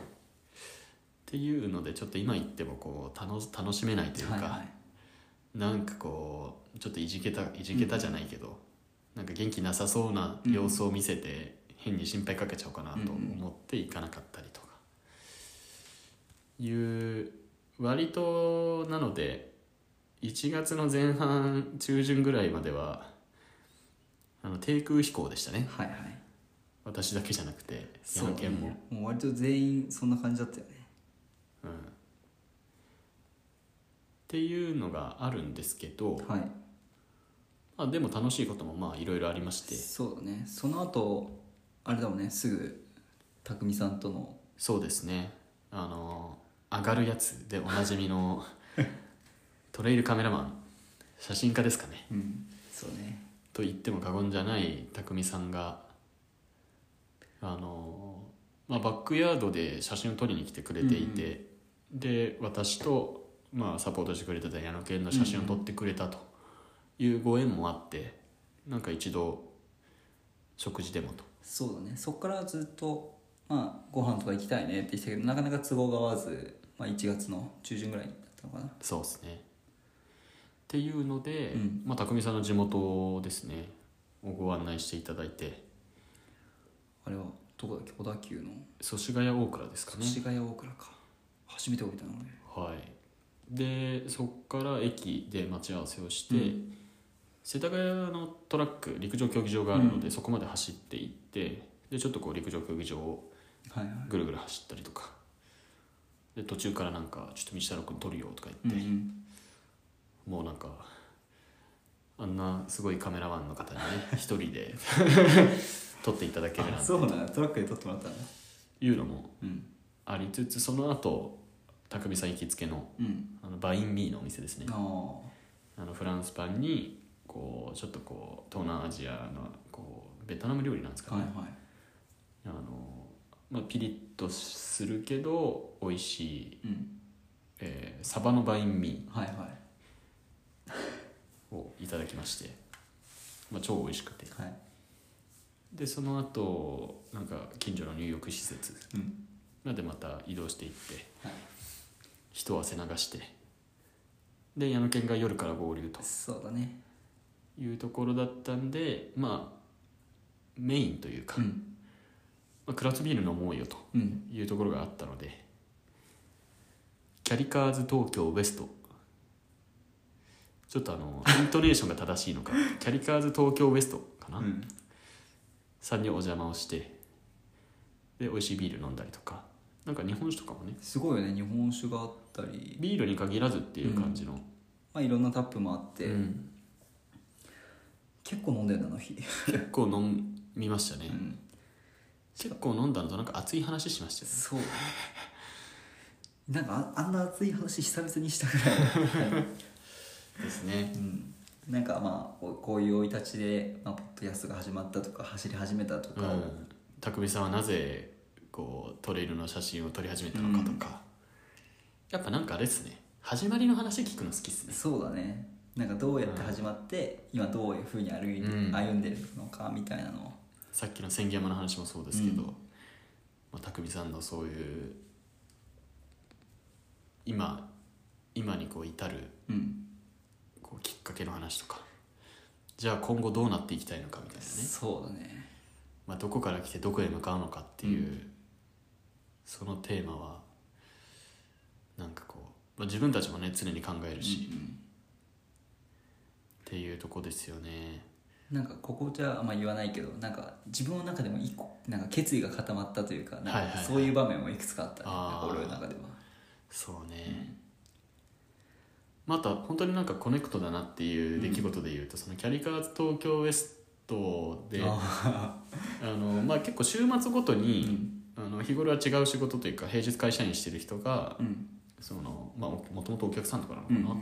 っていうのでちょっと今言ってもこう楽楽しめないというか、
はいはい
なんかこうちょっといじけたいじけたじゃないけど、なんか元気なさそうな様子を見せて、変に心配かけちゃおうかなと思って行かなかったりとか、いう割となので1月の前半中旬ぐらいまではあの低空飛行でしたね
はいはい
私だけじゃなくて矢
そう
野
ね
健も。
もう割と全員そんな感じだったよね
うんっていうのがあるんですけど、
はい
まあ、でも楽しいこともまあいろいろありまして
そうだねその後あれだもんねすぐ匠さんとの
そうですねあの上がるやつでおなじみ のトレイルカメラマン写真家ですかね
うんそうね
と言っても過言じゃない匠さんがあの、まあ、バックヤードで写真を撮りに来てくれていて、で私と、まあ、サポートしてくれてた矢野犬の写真を撮ってくれたというご縁もあってなんか一度食事でもと
そうだねそっからずっとまあご飯とか行きたいねって言ってたけどなかなか都合が合わず、まあ、1月の中旬ぐらいだったのかな
そうですねっていうので、
うん
まあ、匠さんの地元ですねをご案内していただいて
あれはどこだっけ小田急の
祖師ヶ谷大倉ですかね
越谷大倉か初めて降りたの俺
はい、でそこから駅で待ち合わせをして、世田谷のトラック陸上競技場があるので、そこまで走って行ってでちょっとこう陸上競技場を
はいはい
ぐるぐる走ったりとかで途中からなんか「ちょっと道太郎君撮るよ」とか
う
言って、
ん
もうなんかあんなすごいカメラマンの 方にね一人で 撮っていただけるな
あ
ん
そうだトラックで撮ってもらったんだ
ていうのも
うん
ありつつその後匠さん行きつけの
うん
あのバインミーのお店ですね
ああ
あのフランスパンにこうちょっとこう東南アジアのこうベトナム料理なんですか
はい
ね、
はい
あのまあ、ピリッとするけど美味しい、
うん
えーサバのバインミ
はいはい
ーをいただきまして、まあ、超美味しくて
はい
でその後なんか近所の入浴施設
うん
までまた移動していって
はい
一汗流してで矢野犬が夜から合流と
そうだね
いうところだったんでまあメインというか、
うん
まあ、クラフトビール飲もうよと
うん
いうところがあったのでキャリカーズ東京ウエストちょっとあのイントネーションが正しいのかキャリカーズ東京ウエストかな、
うん
さんにお邪魔をしてで美味しいビール飲んだりとかなんか日本酒とかもね
すごいよね日本酒があったり
ビールに限らずっていう感じの、
まあいろんなタップもあって、
うん
結構飲んでんだなあの日
結構飲みましたね、
ん
結構飲んだのとなんか熱い話しましたよね
そう なんかああんな熱い話久々にしたぐら い、
ですね
うん、なんかまあこうこういう生い立ちで、まあ、ポッドキャストが始まったとか走り始めたと
う
か、
ん、匠さんはなぜこうトレイルの写真を撮り始めたのかとか、やっぱなんかあれですね始まりの話聞くの好きっすね
そうだねなんかどうやって始まって、今どういうふうに歩いて、
うん
歩んでるのかみたいなのを
さっきの千山の話もそうですけど、
うん
まあ、匠さんのそういう今今にこう至る
うん、
こうきっかけの話とかじゃあ今後どうなっていきたいのかみたいなね、
そうだね
まあ、どこから来てどこへ向かうのかっていう、そのテーマはなんかこう、まあ、自分たちもね常に考えるし、っていうとこですよね
なんかここじゃあんま言わないけどなんか自分の中でも一個なんか決意が固まったというかなん
はいはい
か
はい
そういう場面もいくつかあったね、
あー
なんか俺の中では
そうね、また本当になんかコネクトだなっていう出来事でいうと、そのキャリカーズ東京ウエストであ
あ
の、 まあ、結構週末ごとに、あの日頃は違う仕事というか平日会社員してる人が
ーうん
その、まあ、おもともとお客さんとかなのか
うん
な、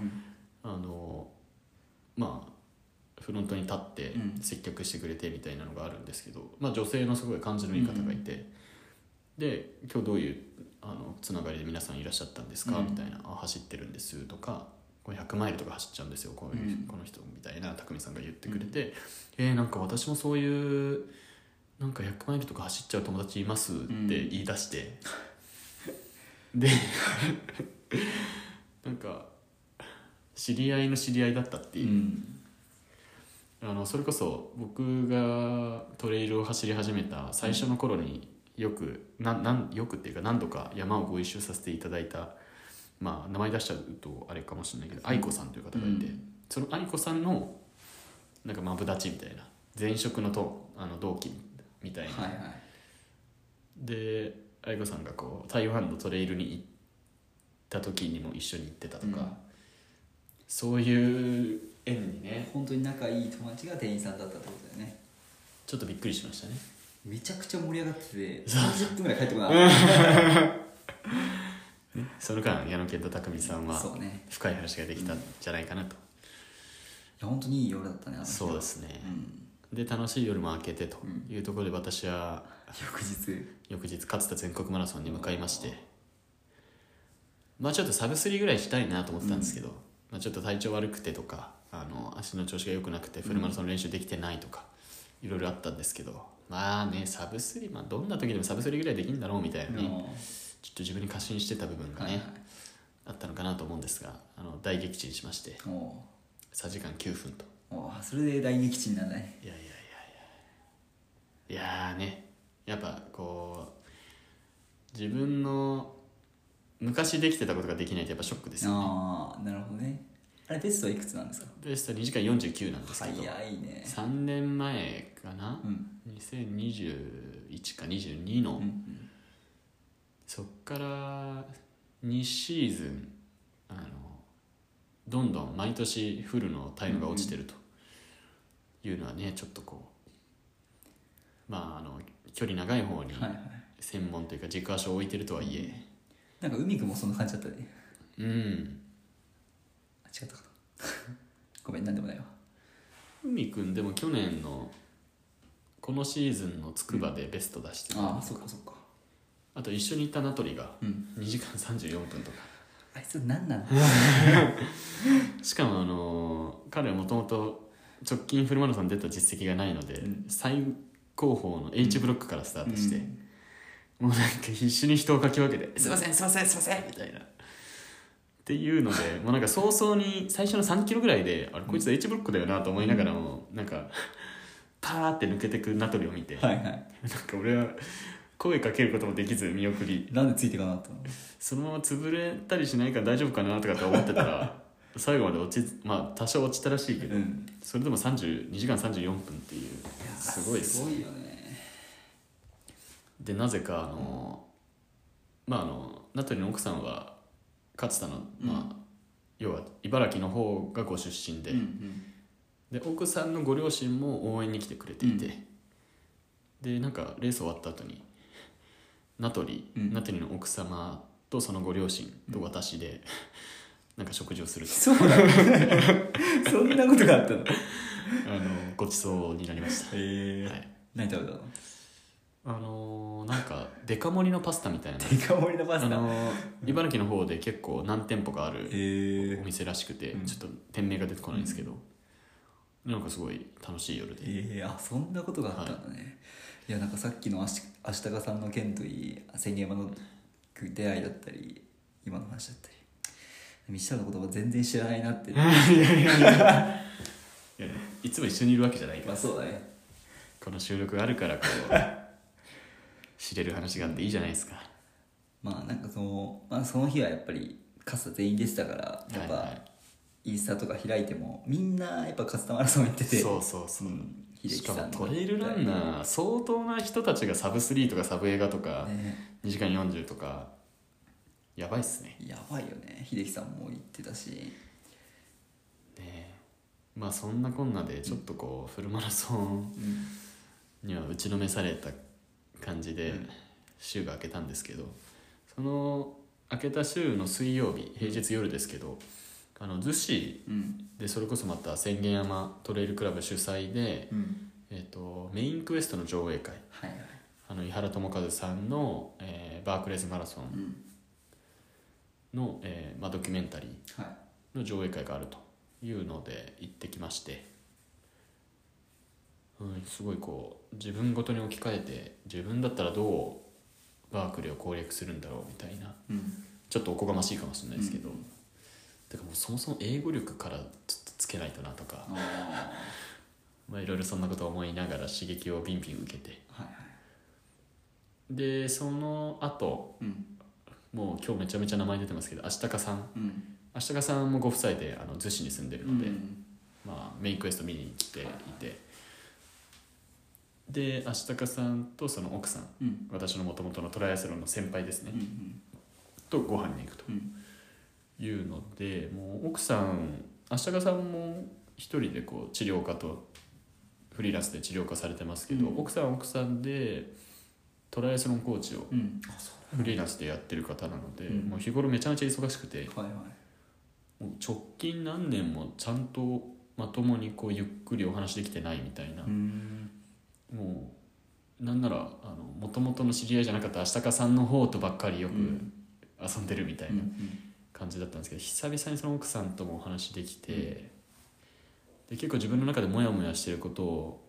あのまあフロントに立って
うん
接客してくれてみたいなのがあるんですけど、まあ、女性のすごい感じのいい方がいて、で今日どういうあのつながりで皆さんいらっしゃったんですか、
うん
みたいなあ走ってるんですとかこれ100マイルとか走っちゃうんですよこういう、
うん
この人みたいな匠さんが言ってくれて、えーなんか私もそういうなんか100マイルとか走っちゃう友達いますって言い出して、 でなんか知り合いの知り合いだったって
う
い
んう
う、
ん
あのそれこそ僕がトレイルを走り始めた最初の頃によくななんよくっていうか何度か山をご一緒させていただいた、まあ、名前出しちゃうとあれかもしれないけど愛子さんという方がいて、
うん
その愛子さんのなんかマブダチみたいな前職のとあの同期みたいな、
はいはい
で愛子さんがこう台湾のトレイルに行った時にも一緒に行ってたとか、
うん
そういう縁にね
本当に仲いい友達が店員さんだったってことだよね
ちょっとびっくりしましたね
めちゃくちゃ盛り上がってて
そう
30分ぐらい帰ってこなかっ
その間矢野健と匠さん
た
は
そうね
深い話ができたんじゃないかなと、
いや本当にいい夜だったねあの日
そうですね
う、
で
ん
楽しい夜も明けてというところで私は
翌日
翌日かつて全国マラソンに向かいましてまあちょっとサブスリーぐらいしたいなと思ってたんですけど、まあ、ちょっと体調悪くてとかあの足の調子が良くなくてフルマラソン練習できてないとか、いろいろあったんですけどまあねサブスリー、まあ、どんな時でもサブスリーぐらいできるんだろうみたいなね、
の
ちょっと自分に過信してた部分がね、
はいはい
あったのかなと思うんですがあの大撃沈しまして
お
3時間9分と
うおうそれで大激地にならない
いやいやいやいやいやーねやっぱこう自分の昔できてたことができないとやっぱショックですよ
ああなるほどねあれベストはいくつなんですか
ベスト2時間49なんですけど
早いね
3年前かな
うん
2021か22の、
うんうん
そっから2シーズンあのどんどん毎年フルのタイムが落ちてるというのはねちょっとこうまああの距離長い方に
はいはい
専門というか軸足を置いてるとはいえ
なんか海くんもそんな感じだったね
うん
あ違ったかと ごめんなんでもないわ
海くんでも去年のこのシーズンのつくばでベスト出してる
ああそっかそっか
あと一緒に行った名取が
うん
2時間34分とか
あいつ何なの
しかもあのー彼はもともと直近フルマラソン出た実績がないので、
うん
最高峰の H ブロックからスタートして、
うん
もうなんか必死に人をかき分けて「すいませんすいませんすいません」みたいな。っていうのでもうなんか早々に最初の3キロぐらいであれこいつ H ブロックだよなと思いながらも、なんかパーって抜けてくナトリを見て、
はいはい
なんか俺は声かけることもできず見送り
なんでついていかなかったの
そのまま潰れたりしないから大丈夫かなとかって思ってた ら最後まで落ちまあ多少落ちたらしいけど、
うん
それでも30 2時間34分っていうすごいです
すごいよね
でなぜかあの、まああの名取の奥さんは勝田の、まあ要は茨城の方がご出身で、
うんうん
で奥さんのご両親も応援に来てくれていて、
うん
でなんかレース終わった後に名取、
うん
名取の奥様とそのご両親と私で、 なんか食事をすると
そうなのそんなことがあったの
あのごちそうになりました、
え
はい、
何食べたの
あのーなんかデカ盛りのパスタみたいな
デカ盛りのパ
あ
スタ
のー茨城の方で結構何店舗かある
へ
お店らしくて、
うん
ちょっと店名が出てこないんですけど、なんかすごい楽しい夜で、
えー、あそんなことがあったんだね、い、やなんかさっきのあしあしたかさんの件といい千山の出会いだったり今の話だったりミシャの言葉全然知らないなって
いやいつも一緒にいるわけじゃないから
まあそうだね
この収録があるからこう 知れる話があっていいじゃないですか
まあなんかその,、まあ、その日はやっぱり傘全員でしたからやっ
はいは
ぱインスタとか開いてもみんなやっぱカスタマラソン行って
い、
て
そうそうそう、
ん、秀樹
しか
さ
も
ん
トレイルランナー相当な人たちがサブ3とかサブ映画とか、
ね
2時間40とかやばいっすね
やばいよね秀樹さんも行ってたし
まあそんなこんなでちょっとこうフルマラソンには打ちのめされた感じで週が明けたんですけどその明けた週の水曜日平日夜ですけどあの逗子
うん
でそれこそまた浅間山トレイルクラブ主催で、
うん
えー、とメインクエストの上映会
はいはい
あの井原智和さんの、えーバークレーズマラソ
う
ン
ん
の、えーまあ、ドキュメンタリー
はい
の上映会があるというので行ってきまして、うん、すごいこう自分ごとに置き換えて自分だったらどうバークレーを攻略するんだろうみたいな
うん
ちょっとおこがましいかもしれないですけど、てかもうそもそも英語力からちょっとつけないとなとか、
あ
まあ、いろいろそんなことを思いながら刺激をビンビン受けて
あはいはい
でその後
うん
もう今日めちゃめちゃ名前出てますけど足高さん
うん
足高さんもご夫妻であの逗子に住んでる
う
の
ん
で、まあ、メインクエスト見に来ていてで足高さんとその奥さん
うん
私のもともとのトライアスロンの先輩ですね、
うん
とご飯に行くと
うん
いうのでもう奥さん足高さんも一人でこう治療家とフリーランスで治療家されてますけど、
うん
奥さんは奥さんでトライアスロンコーチを
うん
フリーランスでやってる方なので、
うん
もう日頃めちゃめちゃ忙しくて
はいはい
もう直近何年もちゃんとまともにこうゆっくりお話できてないみたいな
う、ん
もうなんならあの元々の知り合いじゃなかった足高さんの方とばっかりよく
うん
遊んでるみたい
うんう
なん感じだったんですけど、久々にその奥さんともお話できて、で結構自分の中でモヤモヤしてることを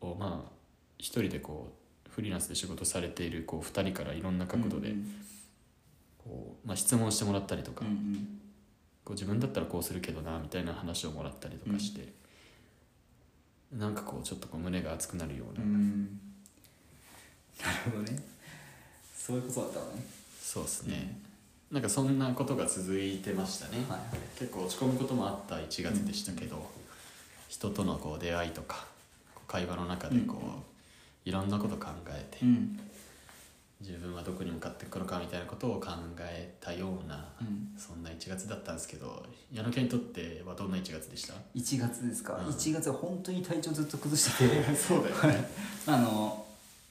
をまあ一人でこうフリーランスで仕事されているこう2人からいろんな角度で
うん
こう、まあ、質問してもらったりとか
うんうん
こう自分だったらこうするけどなみたいな話をもらったりとかして、なんかこうちょっとこう胸が熱くなるよう
う
な、
んなるほどねそういうことだったのね
そうですね、なんかそんなことが続いてましたね、
はいはい
結構落ち込むこともあった1月でしたけど、人とのこう出会いとかこう会話の中でこう、いろんなこと考えて、
うん
自分はどこに向かってくのかみたいなことを考えたような、
うん
そんな1月だったんですけど矢野家にとってはどんな1月でした
1月ですか、
うん
1月は本当に体調ずっと崩して て
そうだよ
はいあの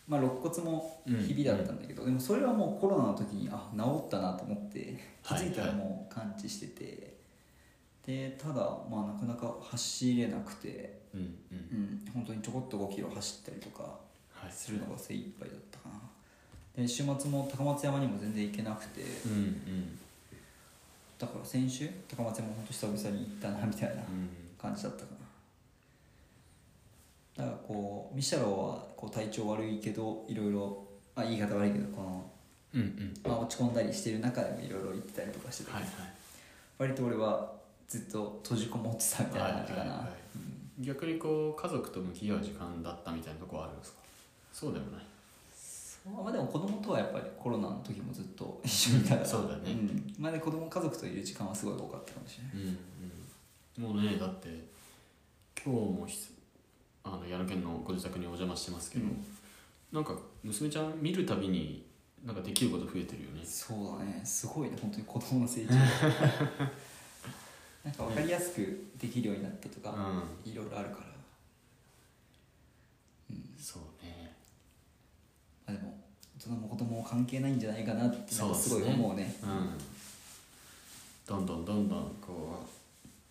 まあ肋骨もひびだったんだけど、でもそれはもうコロナの時にあ治ったなと思って気
はい
づいたらもう完治してて、でただまあなかなか走れなくて、
うんうん、
うん、本当にちょこっと5キロ走ったりとか
はい
するのが精一杯だったかなで週末も高松山にも全然行けなくて
うんうん
だから先週高松山本当久々に行ったなみたいな
うん
感じだったかなだからこうミシャロはこう体調悪いけどいろいろあ言い方悪いけどこの、
うんうん
まあ、落ち込んだりしてる中でもいろいろ言ってたりとかしてたけど、
はいはい
割と俺はずっと閉じこもってたみたいな感じか
は
な、
いはいはい逆にこう家族と向き合う時間だったみたいなとこはあるんですかそうでもない
うんまあ、でも子供とはやっぱりコロナの時もずっと一緒にいたから
そうだね
んまあ、で子供家族といる時間はすごい多かったかもしれない
うんうんもうねだって今日もひつあの矢野県のご自宅にお邪魔してますけど、
うん
なんか娘ちゃん見るたびになんかできること増えてるよね
そうだねすごいね本当に子供の 成長なんか分かりやすくできるようになったとか、
う
いろいろあるから、
んそうね
まあ、でも大人も子供も関係ないんじゃないかなってなんかす
そう
ごい
っすね
思うね
うんどんどんどんどんこう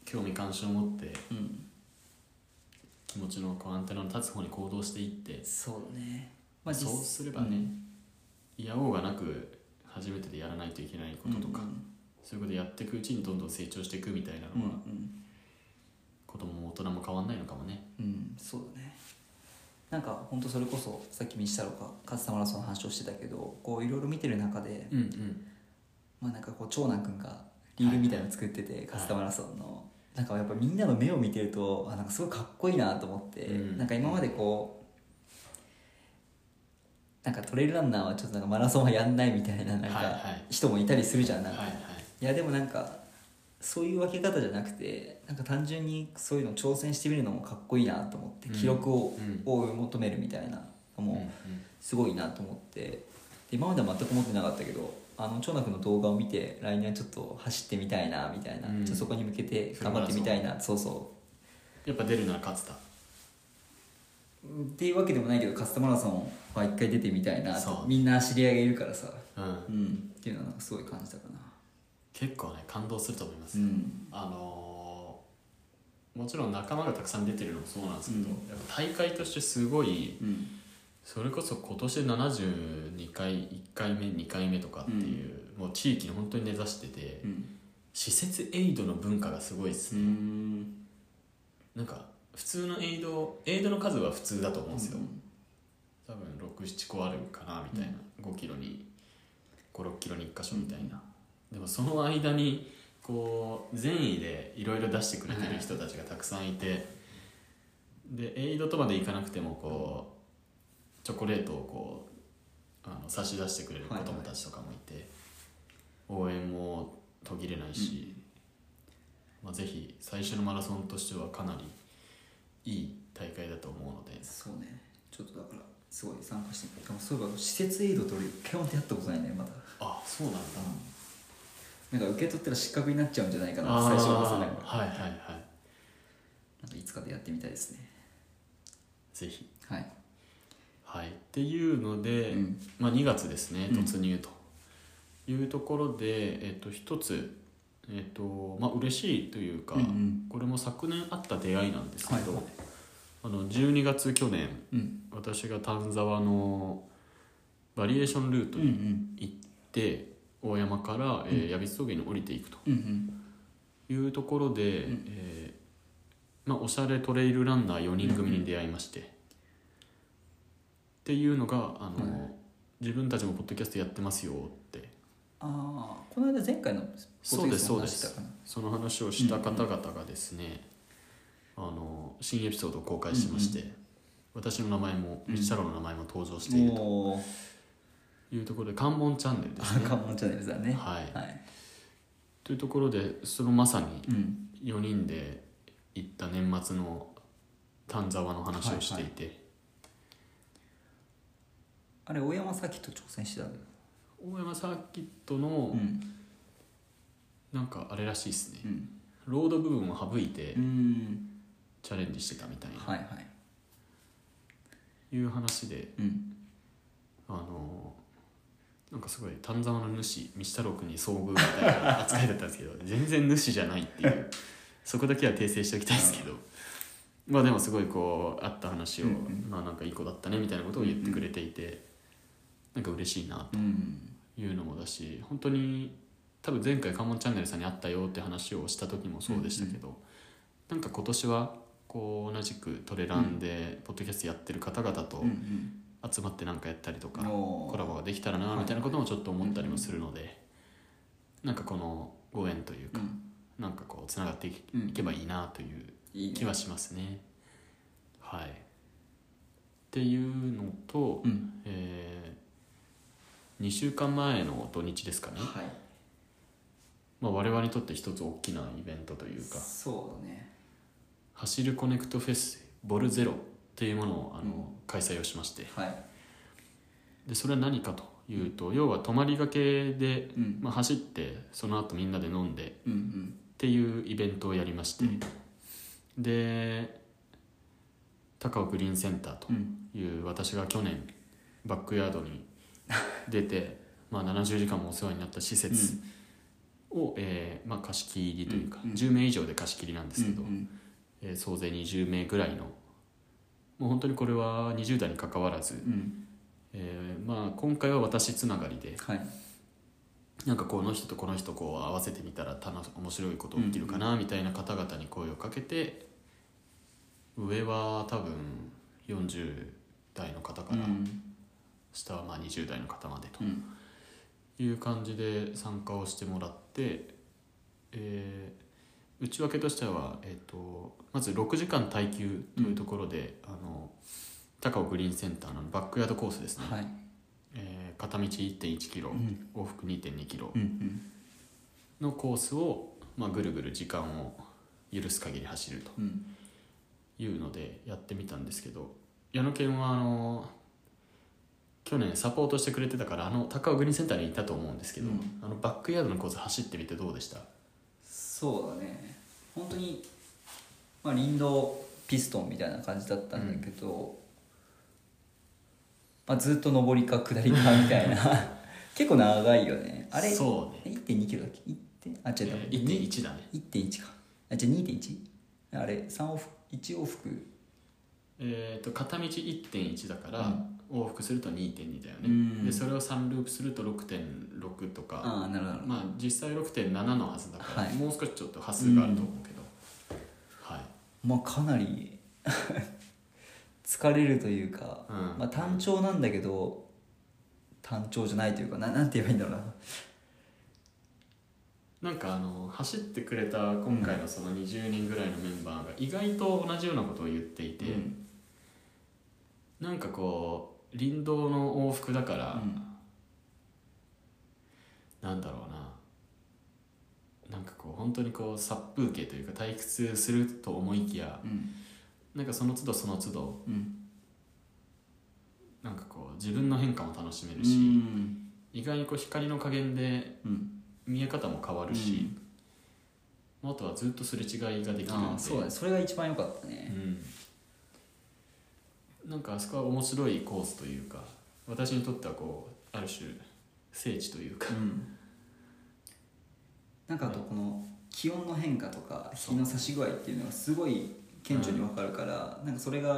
興味関心を持って
うん
気持ちのこうアンテナの立つ方に行動していって
そうだね
そう
実
すればね
うん
やおうがなく初めてでやらないといけないこととか、
うん
そういうことやっていくうちにどんどん成長していくみたいな
うん
のは、
うん
子供も大人も変わんないのかもね
うんそうだねなんか本当それこそさっき見したのかカスタマラソンの話をしてたけどこういろいろ見てる中で、
うんうん
まあなんかこう長男くんがリールみたいなの作ってて、カスタマラソンの、なんかやっぱみんなの目を見てるとあなんかすごいかっこいいなと思って、
うん
なんか今までこうなんかトレイルランナーはちょっとなんかマラソンはやんないみたいななん
はいは
か
い
人もいたりするじゃんなんか、
はいはい
いやでもなんかそういう分け方じゃなくてなんか単純にそういうの挑戦してみるのもかっこいいなと思って
うん
記録を
うん
追い求めるみたいなのも、すごいなと思ってで今までは全く思ってなかったけどあの長男君の動画を見て来年はちょっと走ってみたいなみたいな、
うん
ちょっとそこに向けて
フル
頑
マ
張
ラ
っ
ソ
て
ン
みたいなそうそう
やっぱ出るなら勝つた
っていうわけでもないけどカスタマラソンは一回出てみたいな
そう
みんな知り合いがいるからさ
うん
うんっていうのはなんかすごい感じたかな
結構ね感動すると思います、
うん
あのーもちろん仲間がたくさん出てるのもそうなんですけど、
うん
やっぱ大会としてすごい
うん
それこそ今年72回1回目2回目とかっていう、もう地域に本当に根ざしてて、
うん
施設エイドの文化がすごいです、
うん
なんか普通のエイドエイドの数は普通だと思うんですよ、
うん
多分67個あるかなみたいな、5キロに56キロに1箇所みたいな、でもその間にこう善意でいろいろ出してくれてる人たちがたくさんいて、でエイドとまでいかなくてもこうチョコレートをこうあの差し出してくれる子
はいはい
供たちとかもいて、応援も途切れないし、まあ、ぜひ最初のマラソンとしてはかなりいい大会だと思うので
そうねちょっとだからすごい参加してみたいでもそういえば施設エイドって俺一回も出会ったことないねまだ
あそうなんだ、
なんか受け取ったら失格になっちゃうんじゃないかな
あ
最
ー
初はさなんか
はいはいはい
なんかいつかでやってみたいですね
ぜひ
はい
はいっていうので、
うん
まあ、2月ですね
うん
突入というところで、えっと、一つえっとまあ嬉しいというか、
うんうん
これも昨年あった出会いなんですけど、
はいはい
あの12月去年
うん
私が丹沢のバリエーションルート
うんう
に
ん
行って、大山から、えー、矢櫃峠に降りていくと
うんうん
いうところで、
うん
えーまあ、おしゃれトレイルランナー4人組に出会いまして、っていうのがあの、
はい
自分たちもポッドキャストやってますよって
ああこの間前回のポッ
そう
ドキャ
で
ス
すそ
トの
うで
話した
す
かな
その話をした方々がですね、あの新エピソードを公開しまして、私の名前も
うん
道太郎の名前も登場していると
もう
いうところで関門チャンネルです
あ
ね。
関門チャンネルだね
はい
はい
というところでそのまさに
うん
4人で行った年末の丹沢の話をしていて、
あれ大山さっきと挑戦してたんだよ
大山サーキットの
ん
なんかあれらしいですね、
うん
ロード部分を省いて
うん
チャレンジしてたみたいな、
はいはい
い、う話で
うん
あのーなんかすごい丹沢の主道太郎君に遭遇みたいな扱いだったんですけど 全然主じゃないっていうそこだけは訂正しておきたいですけど、まあでもすごいこうあった話を、
うんうん
まあなんかいい子だったねみたいなことを言ってくれていて、なんか嬉しいなと
うん
いうのもだし本当に多分前回関門チャンネルさんに会ったよって話をした時もそうでしたけど、なんか今年はこう同じくトレランでポッドキャストやってる方々と
うんうん
集まってなんかやったりとか、
おー
コラボができたらなみたいなこともちょっと思ったりもするので、なんかこのご縁という
う
か、
ん
なんかこうつながってい
うん
けばいいなという
いい
気
ね
はしますね。はいっていうのと、
うん
え2週間前の土日ですかね、
はい
まあ、我々にとって一つ大きなイベントというか
そうだね
「走るコネクトフェスボルゼロ」っていうものをあの、
う
開催をしまして
はい
でそれは何かというと要は泊まりがけで、
うん
まあ、走ってその後みんなで飲んで
うんうん
っていうイベントをやりまして、で高尾グリーンセンターと
うん
いう私が去年バックヤードに出 てまあ70時間もお世話になった施設を、えーまあ、貸し切りというか、
うんうん
10名以上で貸し切りなんですけど、
うんうん
えー総勢20名ぐらいのもう本当にこれは20代に関わらず、
うん
えーまあ、今回は私つながりで
はい
なんかこの人とこの人こう合わせてみたら楽し面白いこと起きるかなみたいな方々に声をかけて、上は多分40代の方から
うん
下はまあ20代の方までと
うん
いう感じで参加をしてもらって、えー内訳としては、えー、とまず6時間耐久というところで、あの高尾グリーンセンターのバックヤードコースですね、
はい
えー片道1 1キロ、
うん
往復2 2キロ
うんうん
のコースを、まあ、ぐるぐる時間を許す限り走ると
うん
いうのでやってみたんですけど矢野健はあの去年サポートしてくれてたからあの高尾グリーンセンターにいたと思うんですけど、
うん
あのバックヤードのコース走ってみてどうでした
そうだね本当にままあ、林道ピストンみたいな感じだったんだけど、まあ、ずっと上りか下りかみたいな結構長いよねあれ
そうね
1.2キロだっけ1点あ違う、
え1.1だね
1.1かあじゃあ 2.1? あれ3往復1往復
えー、と片道1.1だから、往復すると2.2だよね、
うん
でそれを3ループすると6.6とか
ああなるほど
まあ実際6.7のはずだから、
はい
もう少しちょっと端数があると思うけど、はい
まあかなり 疲れるというか、
うん
まあ、単調なんだけど単調じゃないというかななんて言えばいいんだろう
な
な
んかあの走ってくれた今回のその20人ぐらいのメンバーが意外と同じようなことを言っていて、
うん
なんかこう林道の往復だから、
うん
なんだろうななんかこう本当にこう殺風景というか退屈すると思いきや
うん
なんかその都度その都度
うん
なんかこう自分の変化も楽しめる
う
し、
ん
意外にこう光の加減で
うん
見え方も変わるし、あとはずっとすれ違いができるんで
ああそうだねそれが一番良かったね
うん、なんかあそこは面白いコースというか私にとってはこうある種聖地というか
うんなんかあとこの気温の変化とか
そう
日の差し具合っていうのがすごい顕著に分かるから、なんかそれが、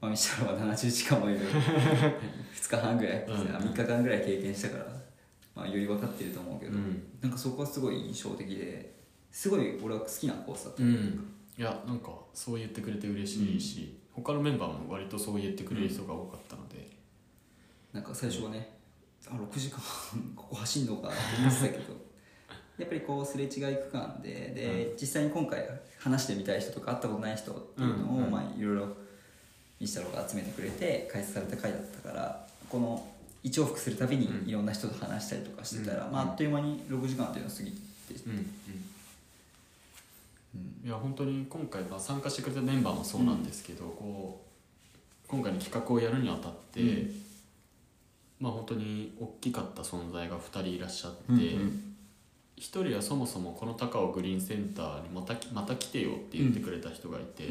まあ、ミシャルは70時間もいる2日半ぐらい、
うん
3日間ぐらい経験したから、まあ、より分かってると思うけど、
うん
なんかそこはすごい印象的ですごい俺は好きなコースだった、
うん、いやなんかそう言ってくれて嬉しいし、他のメンバーも割とそう言ってくれる人が多かったので、
なんか最初はね、あ6時間 ここ走んのかって思ってた けどやっぱりこうすれ違い区間でで、実際に今回話してみたい人とか会ったことない人っていうのを、
うんうん
まあ、いろいろ西太郎が集めてくれて開設された回だったからこの一往復するたびに
うん
いろんな人と話したりとかしてたら、
うん
まあ、あっという間に6時間っていうのは過ぎて、
うんうん
うん
いや本当に今回、まあ、参加してくれたメンバーもそうなんですけど、こう今回の企画をやるにあたって、
う
まあ本当に大きかった存在が2人いらっしゃって、
うん
一人はそもそもこの高尾グリーンセンターにまたきまた来てよって言ってくれた人がいて、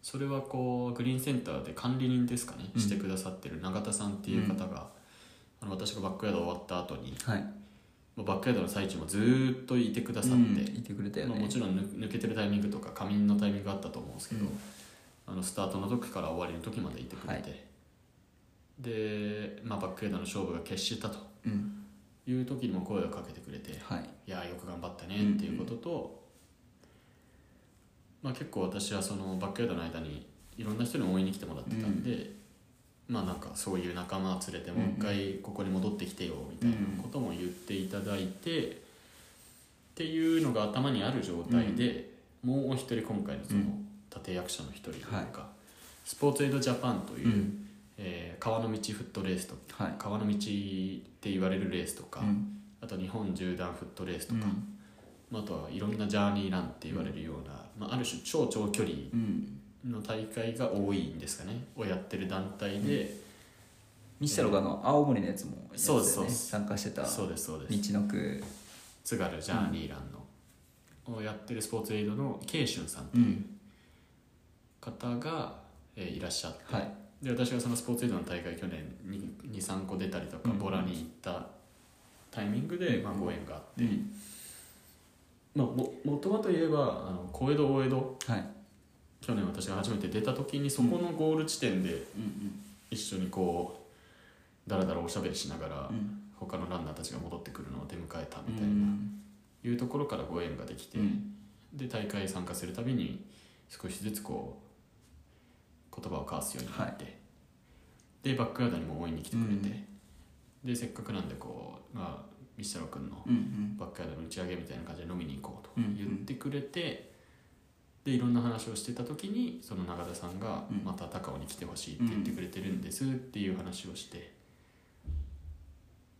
それはこうグリーンセンターで管理人ですかね、
うん
してくださってる永田さんっていう方が、あの私がバックヤード終わった後に、
はい、
まあバックヤードの最中もずーっといてくださって、
いてくれたよね、
まあ、もちろん抜抜けてるタイミングとか仮眠のタイミングがあったと思うんですけど、
うん
あのスタートの時から終わりの時までいてくれて、で、まあ、バックヤードの勝負が決したと
うん
いう時にも声をかけてくれて、
はい
いやーよく頑張ったねっていうことと、まあ、結構私はそのバックヤードの間にいろんな人に応援に来てもらってたんで、まあなんかそういう仲間連れてもう一回ここに戻ってきてよみたいなことも言っていただいて、っていうのが頭にある状態で、もうお一人今回のその
うん
立役者の一人というか、
はい
スポーツエイドジャパンという、
うん
えー川の道フットレースとか
はい
川の道って言われるレースとか、
うん
あと日本縦断フットレースと
う
か、
ん
まあ、あとはいろんなジャーニーランって言われるような、まあ、ある種超長距離
うん
の大会が多いんですかねをやってる団体で、
西太郎があの青森のやつもやつだ
そう
よ
で
ね
すそうです
参加してた
そうですそうです
道のく
津軽ジャーニーランの、をやってるスポーツエイドの慶春さんって
う
いうん方が、えーいらっしゃって
はい
で私がそのスポーツエイドの大会去年23個出たりとか、
うん
ボラに行ったタイミングで、まあ、
うん
ご縁があって、
うん
まあ、ももとはといえばあの小江戸大江戸
はい
去年私が初めて出た時にそこのゴール地点で
うん
一緒にこうだらだらおしゃべりしながら
うんうん
他のランナーたちが戻ってくるのを出迎えたみた
う
いなんいうところからご縁ができて、
うん
で大会参加するたびに少しずつこう言葉を交わすようになって、でバックヤードにも応援に来てくれて、でせっかくなんでこう、まあ、ミシタロ君の
うんうん
バックヤードの打ち上げみたいな感じで飲みに行こうと
うんうん
言ってくれて、でいろんな話をしてた時にその永田さんが
うん
「また高尾に来てほしい」って言ってくれてるんですっていう話をして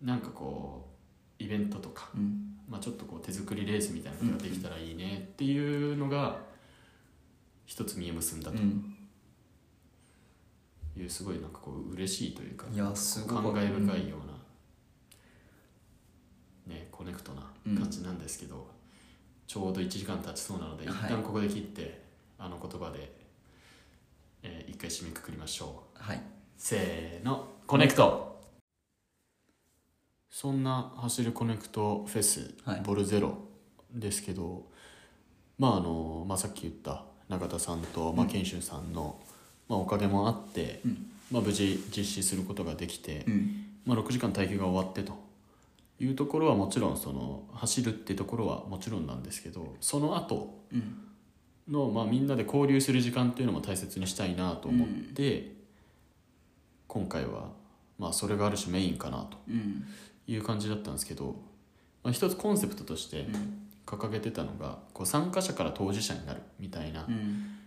なんかこうイベントとか、
うん
まあ、ちょっとこう手作りレースみたいなのができたらいいねっていうのが一つ実を結んだ
う
と
ん
いうすごいなんかこう嬉しいというか
いやすご
感
かった
慨深いような、ね、コネクトな感じなんですけど、ちょうど1時間経ちそうなので
は
一
い
旦ここで切って、あの言葉で、えー一回締めくくりましょう
はい
せーのコネクトそんな走るコネクトフェス、
はい
ボルゼロですけどまああの、まあ、さっき言った中田さんと、まあ、賢秀さんの、まあ、おかげもあって、まあ、無事実施することができて、
うん
まあ、6時間耐久が終わってというところはもちろんその走るってところはもちろんなんですけどその後
うん
のまあみんなで交流する時間っていうのも大切にしたいなと思って、今回はまあそれがある種メインかなと
うん
いう感じだったんですけど、まあ、一つコンセプトとして掲げてたのがこう参加者から当事者になるみたいな
う、ん
ん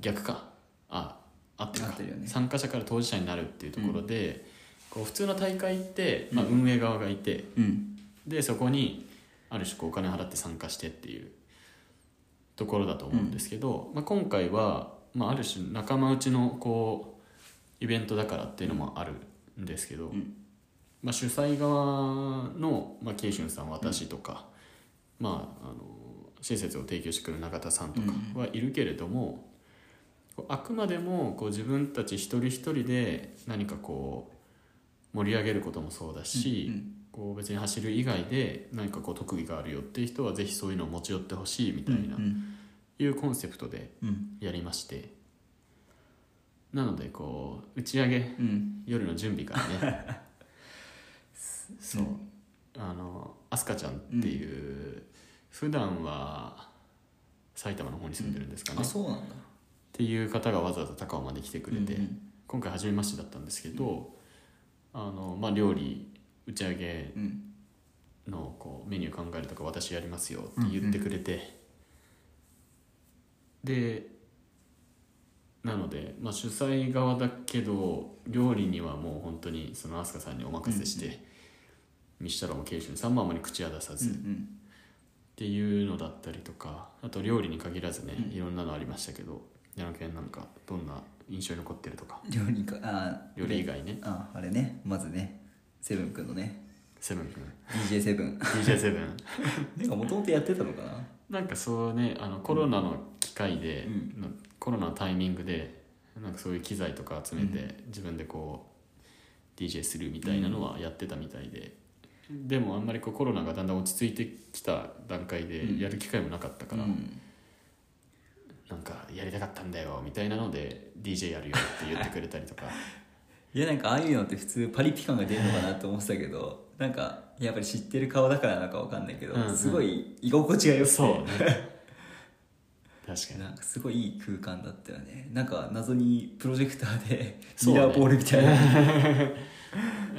逆かあ合ってるか
合ってるよね
参加者から当事者になるっていうところで、こう普通の大会って、まあ、運営側がいて、
うん
でそこにある種こうお金払って参加してっていうところだと思うんですけど、まあ、今回は、まあ、ある種仲間内のこうイベントだからっていうのもあるんですけど、
うん
まあ、主催側の、まあ、慶春さん私とか、まあ、あの親切を提供してくる中田さんとかはいるけれども、こうあくまでもこう自分たち一人一人で何かこう盛り上げることもそうだし、
うん
こう別に走る以外で何かこう特技があるよっていう人はぜひそういうのを持ち寄ってほしいみたいな、
うん
いうコンセプトで
うん
やりましてなのでこう打ち上げ
うん
夜の準備 からね
そう
あのアスカちゃんっていう、普段は埼玉の方に住んでるんですかね、
あ
っ
そうなんだ
ていう方がわざわざ高尾まで来てくれて、
うんうん
今回初めましてだったんですけど、あのまあ、料理打ち上げ
うん
のこうメニュー考えるとか私やりますよって言ってくれて、でなので、まあ、主催側だけど料理にはもう本当にその飛鳥さんにお任せして、西太郎も慶春さんもあまり口は出さ
う
ずっ
ん
ていうのだったりとかあと料理に限らずね、いろんなのありましたけど矢野健なんかどんな印象に残ってるとか
うん料理かあ
料理以外ね
ああれねまずねセブン君のね
セブン君
DJ セブン
DJ セブン
なんかもともとやってたのかな
なんかそうねあのコロナの機会で、
う
のコロナのタイミングでなんかそういう機材とか集めて、自分でこう DJ するみたいなのはやってたみたいで、でもあんまりこうコロナがだんだん落ち着いてきた段階
うん
でやる機会もなかったから、
うん
なんかやりたかったんだよみたいなので DJ やるよって言ってくれたりと か
いやなんかああいうのって普通パリピ感が出るのかなと思ってたけどなんかやっぱり知ってる顔だからなのかわかんないけど、
うんうん
すごい居心地が良くて
そうね確かに
なんかすごいいい空間だったよねなんか謎にプロジェクターで
そう
ミ
ね
ラーボールみたいな、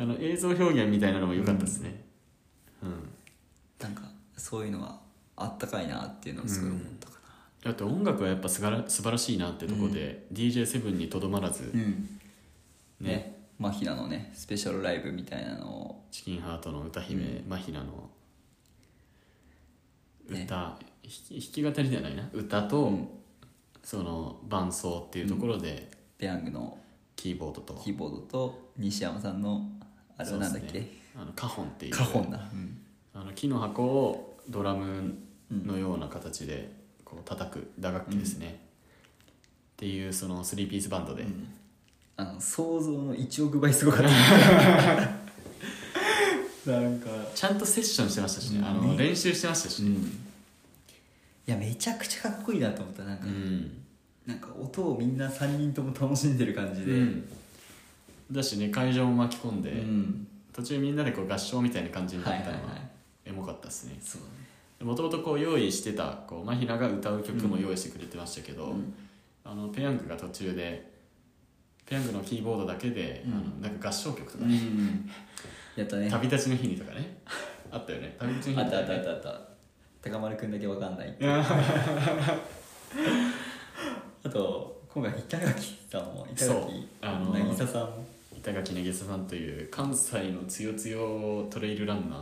あの映像表現みたいなのも良かったですね、うん、
なんかそういうのはあったかいなっていうのをすごい思ったか
だって音楽はやっぱすがら素晴らしいなってとこで、DJ7 にとどまらず、
なうん、
ね
ねマヒナのねスペシャルライブみたいなのを
チキンハートの歌姫、マヒナの
ね
歌、ひ弾き語りじゃないな歌と、
ん
その伴奏っていうところで、
ペヤングの
キーボードと
キーボードと西山さんのあれはなんだっ
そう
け、
ですねあのカホンっていう
カホンだ、うん
あの木の箱をドラムのような形でこう叩く打楽器ですね、っていうその3ピースバンドで、
あの想像の1億倍すごかった なんか
ちゃんとセッションしてましたしね、あの練習してましたし
う
ね、
んいやめちゃくちゃかっこいいなと思ったなんか、
うん
なんか音をみんな3人とも楽しんでる感じで、
うんだしね会場も巻き込んで、
うん
途中みんなでこう合唱みたいな感じにな
は
っ
い
た
はいは
の
い
はエモかったですね
そうだね
もともとこう用意してたこうマヒナが歌う曲も用意してくれてましたけど、
うん
あのペヤングが途中でペヤングのキーボードだけで、
うん
あのなんか合唱曲とか
う
ね、
んやったねあっ
旅立ちの日にとかねあったよね旅立ち
た
の
あ
日
っ
に
た
とか
あっ
ね
たあった高丸くんだけわかんないっ て
いや
あと今回板垣さんも板
そう
垣
あの
渚さんも
板垣根さんという関西の強強トレイルランナー、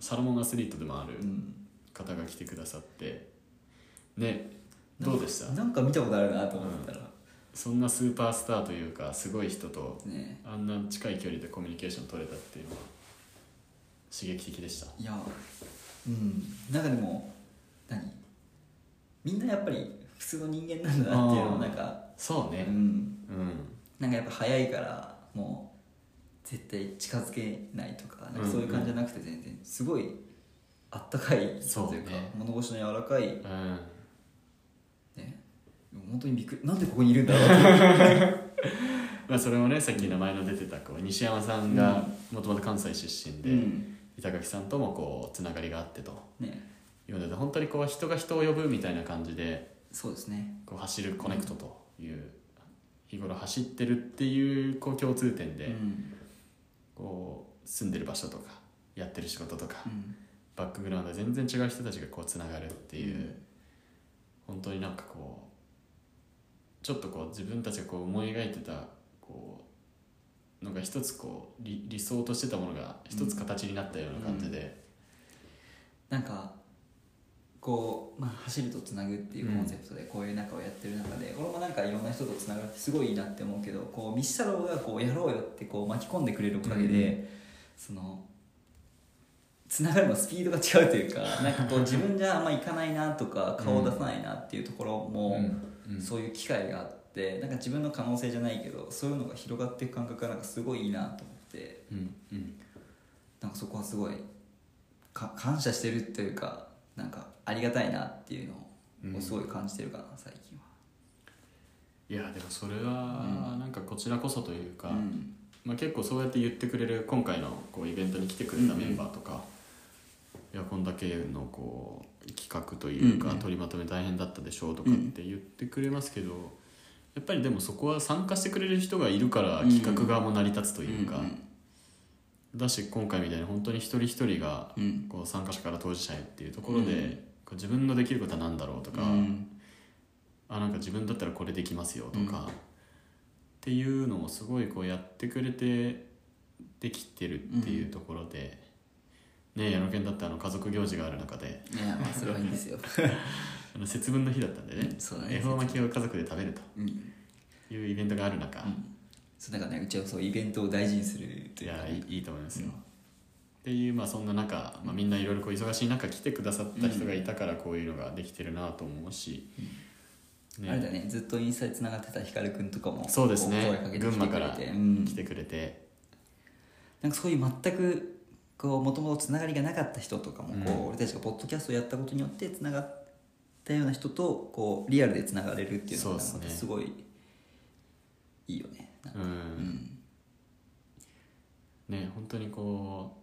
サロモンアスリートでもある
うん
方が来てくださってねどうでした
なんか見たことあるなと思ったら、
そんなスーパースターというかすごい人と
ね
あんな近い距離でコミュニケーション取れたっていうのは刺激的でした
いやうんなんかでも何みんなやっぱり普通の人間なんだなっていうのも
あー
なんか、
そう
う
ね
ん、
うん
なんかやっぱ早いからもう絶対近づけないとかなんかそういう感じじゃなくて全然すごいあったかいというか
そうね
物腰の柔らかい
うん
ね本当にびっくりなんでここにいるんだろうっていう
まあそれもねさっき名前の出てたこう西山さんがもともと関西出身で、
うん
板垣さんともこうつながりがあってと
ね
いうので本当にこう人が人を呼ぶみたいな感じで
そうですね
こう走るコネクトという日頃走ってるっていうこう共通点で、
うん
こう住んでる場所とかやってる仕事とか、
うん
バックグラウンド全然違う人たちがこうつながるっていう、
うん
本当になんかこうちょっとこう自分たちがこう思い描いてたこうのが一つこう理理想としてたものが一つ形になったような感じで、
なんかこう、まあ、走るとつなぐっていうコンセプトでこういう中をやってる中で、俺もなんかいろんな人とつながってすごいいいなって思うけどこうミシサロがこうやろうよってこう巻き込んでくれるおかげで、
う
そのつながるのスピードが違う というかなんかこう自分じゃあんまいかないなとか顔を出さないなっていうところも、
うん
そういう機会があってなんか自分の可能性じゃないけどそういうのが広がっていく感覚がなんかすごいいいなと思って。
うんうん
なんかそこはすごいか感謝してるというかなんかありがたいなっていうのをすごい感じてるかな、最近はい
やでもそれはなんかこちらこそというか、
うん
まあ、結構そうやって言ってくれる今回のこうイベントに来てくれたメンバーとか、いやこんだけのこう企画というか、
うんうん
取りまとめ大変だったでしょうとかって言ってくれますけど、やっぱりでもそこは参加してくれる人がいるから
うん
企画側も成り立つというか、
うん
だし今回みたいに本当に一人一人が
うん
こう参加者から当事者へっていうところで、
うん
こう自分のできることは何だろうとか、
うん
あなんか自分だったらこれできますよとか、
うん
っていうのをすごいこうやってくれてできてるっていうところで、ね矢野健だってあの家族行事がある中で
いやまあそれはいいんです よ、
あの節分の日だったんでね
うんそうだね
恵方巻きを家族で食べる
うん
というイベントがある中、
そうだからねうちはそうイベントを大事にすると
い
いう
や
か
いいいいと思いますよ。っていうまあそんな中、まあ、みんないろいろこう忙しい中来てくださった人がいたからこういうのができてるなと思うし、
あれだねずっとインスタでつながってた光くんとかも
そうです
こ
ね
声かけて
群
きて
馬
く
か
れ
ら
て、うん
来てくれて、
なんかそういう全くこうもともとつながりがなかった人とかもこう、俺たちがポッドキャストをやったことによってつながったような人とこうリアルでつながれるっていうのがなん
そう
かま
で
た
す
すごいいいよねなんか
うんね本当にこ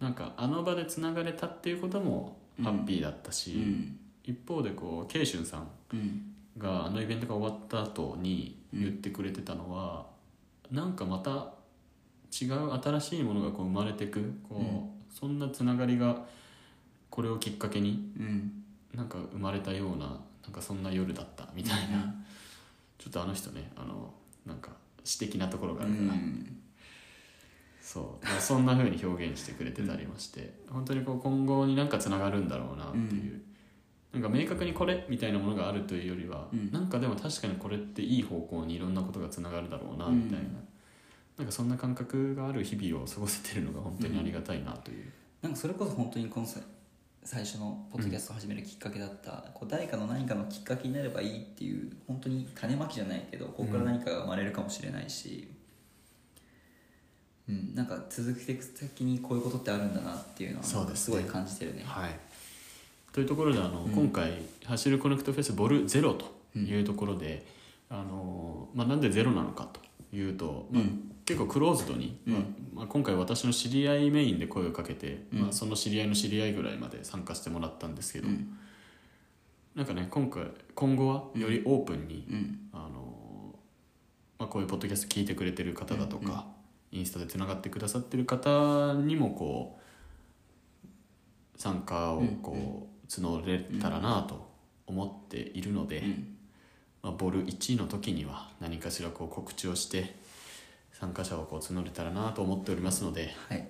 うなんかあの場でつながれたっていうこともハッピーだったし、
うん
一方でこう慶春さん
うん
があのイベントが終わった後に言ってくれてたのは、なんかまた違う新しいものがこう生まれてくこう、そんなつながりがこれをきっかけに
うん
なんか生まれたようななんかそんな夜だったみたいな、ちょっとあの人ねあのなんか詩的なところがあ
う
るから、
ん
そうまあそんな風に表現してくれてたりまして、本当にこう今後になんかつながるんだろうなっていう、なんか明確にこれみたいなものがあるというよりは、
うん
なんかでも確かにこれっていい方向にいろんなことがつながるだろうなみたいな、
うん
なんかそんな感覚がある日々を過ごせてるのが本当にありがたいなという、
なんかそれこそ本当にこのさ最初のポッドキャストを始めるきっかけだった、こう誰かの何かのきっかけになればいいっていう本当に種まきじゃないけどここから何かが生まれるかもしれないし、うんなんか続けていく先にこういうことってあるんだなっていうのは
そうです
す
ね
ごい感じてるね
はいというところであの、今回「走るコネクトフェスボルゼロというところで、あのまあ、なんでゼロなのかというと、まあ結構クローズドに、
うん
まあまあ、今回私の知り合いメインで声をかけて、
うん
まあ、その知り合いの知り合いぐらいまで参加してもらったんですけど、
うん
なんかね今回今後はよりオープンに、
うん
あのまあ、こういうポッドキャスト聞いてくれてる方だとか、インスタでつながってくださってる方にもこう参加をこう募れたらなと思っているので、
うん
まあ、ボル1の時には何かしらこう告知をして参加者をこう募れたらなと思っておりますので、
はい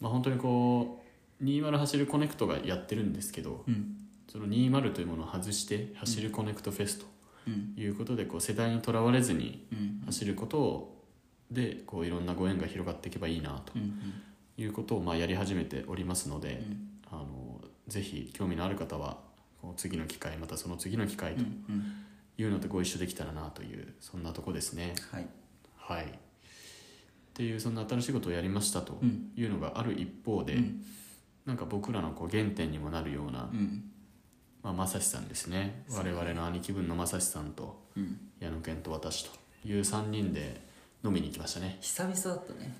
まあ、本当にこう20走るコネクトがやってるんですけど、
うん
その20というものを外して走るコネクトフェスと
うん
いうことでこう世代にとらわれずに
うん
走ることをでこういろんなご縁が広がっていけばいいなと
うんうん
いうことをまあやり始めておりますので、
ん
あのぜひ興味のある方はここう次の機会またその次の機会
う
と
んうん
いうのとご一緒できたらなというそんなとこですね。
はい
はい、っていうそんな新しいことをやりましたと
うん
いうのがある一方で、
うん
なんか僕らのこう原点にもなるような、
うん
まあ、正志さんですね
そう
我々の兄貴分の正志さんと
うん
矢野健と私という3人で飲みに行きましたね。
久々だったね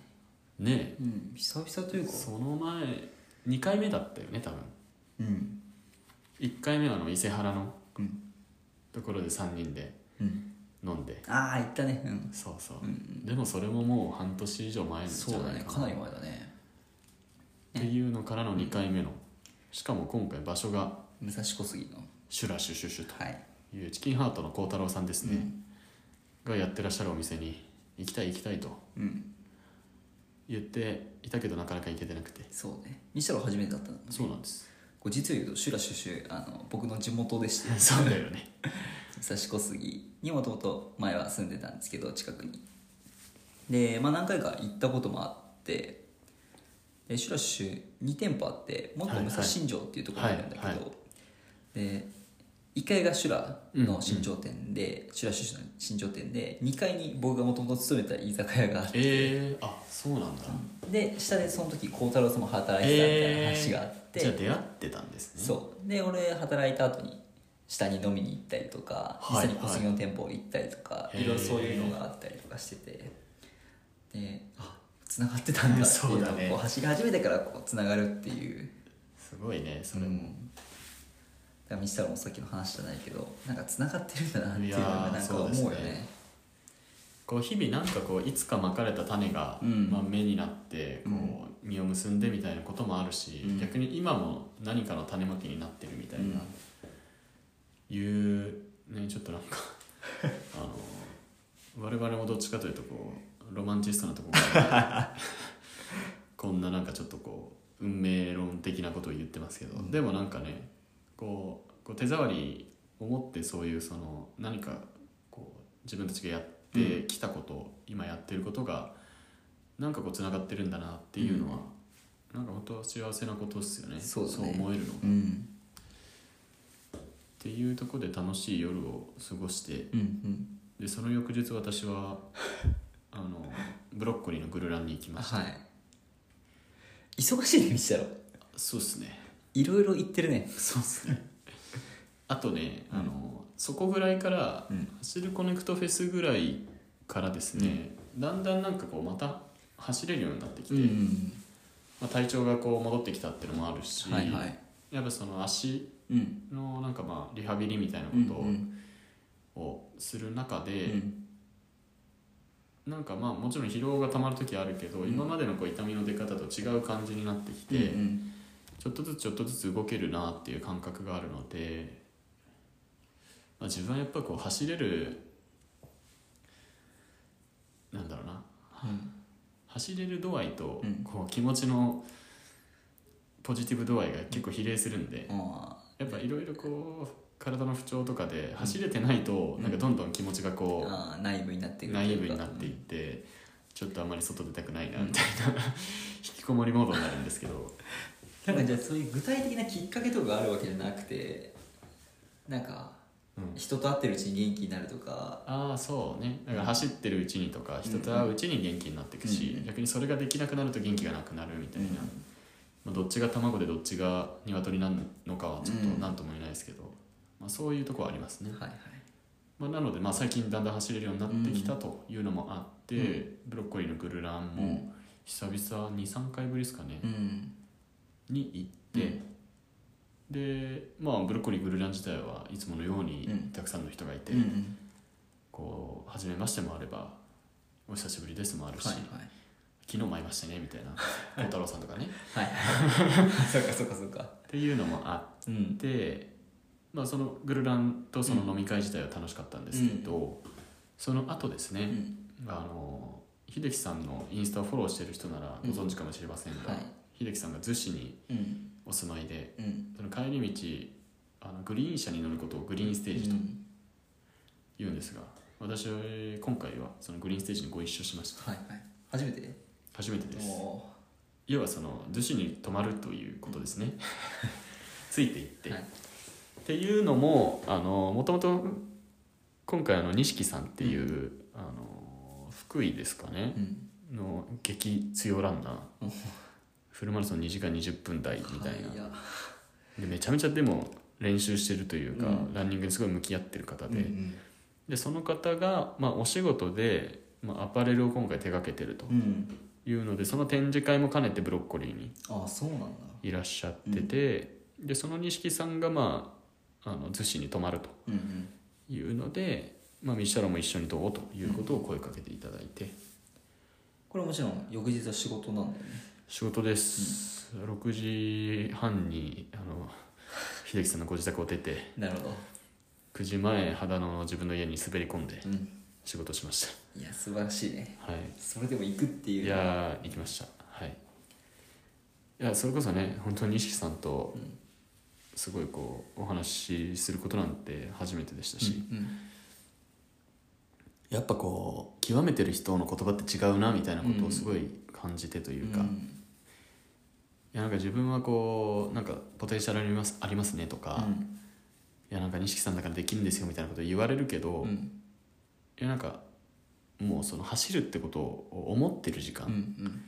ね
うん久々とい
え
うか
その前2回目だったよね多分
うん
1回目はあの伊勢原の
うん
ところで3人で
うん
飲んで
ああ行ったねうん
そうそう、
うんう
でもそれももう半年以上前じ
そ
ゃ
うだ
ない
ね
か
か
な
なり前だね
っていうのからの2回目の、しかも今回場所が
武蔵小杉の
シュラシュシュシュ
はい
というチキンハートの幸太郎さんですね、がやってらっしゃるお店に行きたい行きたいと
うん
言っていたけどなかなか行けてなくて
そうねミシェル初めてだったの
そうなんです
こう実を言うとシュラシュシュあの僕の地元でし て
そうだよね
武蔵小杉にもともと前は住んでたんですけど近くにで、まあ、何回か行ったこともあってでシュラシュ2店舗あってもっと武蔵新城っていうところにあるんだけど、
はいはいは
で1階がシュラの新城店で、シュラシュシュの新城店で2階に僕がもともと勤めてた居酒屋があって
えー、あそうなんだ、
で下でその時孝太郎さんも働いてたみたいな話があって、
えーじゃあ出会ってたんですね
そうで俺働いた後に下に飲みに行ったりとか
はい
実際に小杉の店舗行ったりとか、
へ
い、
ー
ろいろそういうのがあったりとかしててであつながってたんだっていう
そう
の
だ
を
ね
こう走り始めてからこうつながるっていう
すごいねそれ
う
も、
んだからミスタロもさっきの話じゃないけどなんかつながってるんだなっていうの
いや
が
ー
なんか思うよ
そうです
ね
ねこう日々なんかこういつかまかれた種が、
うん
まあ、芽になってこう実を結んでみたいなこともあるし、
うん
逆に今も何かの種まきになってるみたいな、いうねちょっとなん かあの我々もどっちかというとこうロマンチストなところから こんななんかちょっとこう運命論的なことを言ってますけど、でもなんかねこうこう手触りを持ってそういうその何かこう自分たちがやってきたこと、今やってることがなんかこうつながってるんだなっていうのは、なんか本当は幸せなことですよね
そうだね
思えるのが。
うん
っていうところで楽しい夜を過ごして
うんうん
でその翌日私は あのブロッコリーのグルランに行きました
はい忙しいねミスタロ
そうっすね
いろいろ行ってるね
そうっすねあとね、あのそこぐらいから、
うん
走るコネクトフェスぐらいからですね、だんだんなんかこうまた走れるようになってきて、
ん
まあ、体調がこう戻ってきたっていうのもあるし、
はいはい
やっぱその足
うん
のなんかまあリハビリみたいなこ
うん
と
うん
をする中で、
うん
なんかまあもちろん疲労がたまる時あるけど、
うん
今までのこう痛みの出方と違う感じになってきて、
うん
ちょっとずつちょっとずつ動けるなっていう感覚があるので、まあ、自分はやっぱりこう走れるなんだろうな走れる度合いと
うん
こう気持ちのポジティブ度合いが結構比例するんで、
あ
やっぱいろいろこう体の不調とかで走れてないと
うん
なんかどんどん気持ちが
ー
こう、
あー内部になってくる
ナイ
とい
ー
うか
ブになっていって、ちょっとあまり外出たくないなみたいな、 引きこもりモードになるんですけど
なんかじゃあそういう具体的なきっかけとかがあるわけじゃなくてなんか
うん
人と会ってるうちに元気になるとか
ああそうねだから走ってるうちにとか人と会ううちに元気になっていくし、
うんうん
逆にそれができなくなると元気がなくなるみたいな、まあ、どっちが卵でどっちが鶏なのかはちょっと
うん
何とも言えないですけど、まあ、そういうとこはありますね、
はいはい
まあ、なのでまあ最近だんだん走れるようになってきたというのもあって、ブロッコリーのグルラン
う
も久々23回ぶりですかね、
うん
に行って、でまあブロッコリーグルラン自体はいつものように
うん
たくさんの人がいて、
うん
こう初めましてもあればお久しぶりですもあるし、
はいはい
昨日も会いましたねみたいな孝太郎さんとかね
はいはい そうかそうかそうか
っていうのもあ
う
っ
ん
て、まあ、そのグルランとその飲み会自体は楽しかったんですけど、その後です
う
ね、
ん
あの秀樹さんのインスタをフォローしてる人ならご存知かもしれませんが、
はい
秀樹さんが逗子に
うん
お住まいで
うん
その帰り道あのグリーン車に乗ることをグリーンステージと
うん
言うんですが、私は今回はそのグリーンステージにご一緒しました
はいはい初めて
初めてです
おー
要はその逗子に泊まるということですねついていって、
はい
っていうのももともと今回あの錦さんっていう、あの福井ですかね、
うん
の激強ランナーフルマラソン2時間20分台みたいな、
はや
でめちゃめちゃでも練習してるというか、
うん
ランニングにすごい向き合ってる方で,、
うん
でその方が、まあ、お仕事で、まあ、アパレルを今回手掛けてると
うん、うん、
いうのでその展示会も兼ねてブロッコリーに
ああそうなんだ
いらっしゃってて、でその錦さんが、まあ、あの逗子に泊まると
うんうん
いうので、まあ、ミシャラも一緒にどうということを声かけていただいて、
これもちろん翌日は仕事なんだよね
仕事です、6時半にあの秀樹さんのご自宅を出て
なるほど
9時前秦野の自分の家に滑り込んで
うん
仕事しまし
いや素晴らしいね
たはい
それでも行くっていう
いやー行きましたはいいやそれこそね本当に錦さんとすごいこうお話しすることなんて初めてでしたし、
うん
やっぱこう極めてる人の言葉って違うなみたいなこと
う
を
ん
すごい感じてというか、
う
い
ん
やなんか自分はこうなんかポテンシャルありますありますねとか、
う
い
ん
やなんか錦さんだからできるんですよみたいなこと言われるけど、
う
い
ん
やなんかもうその走るってことを思ってる時間、
うん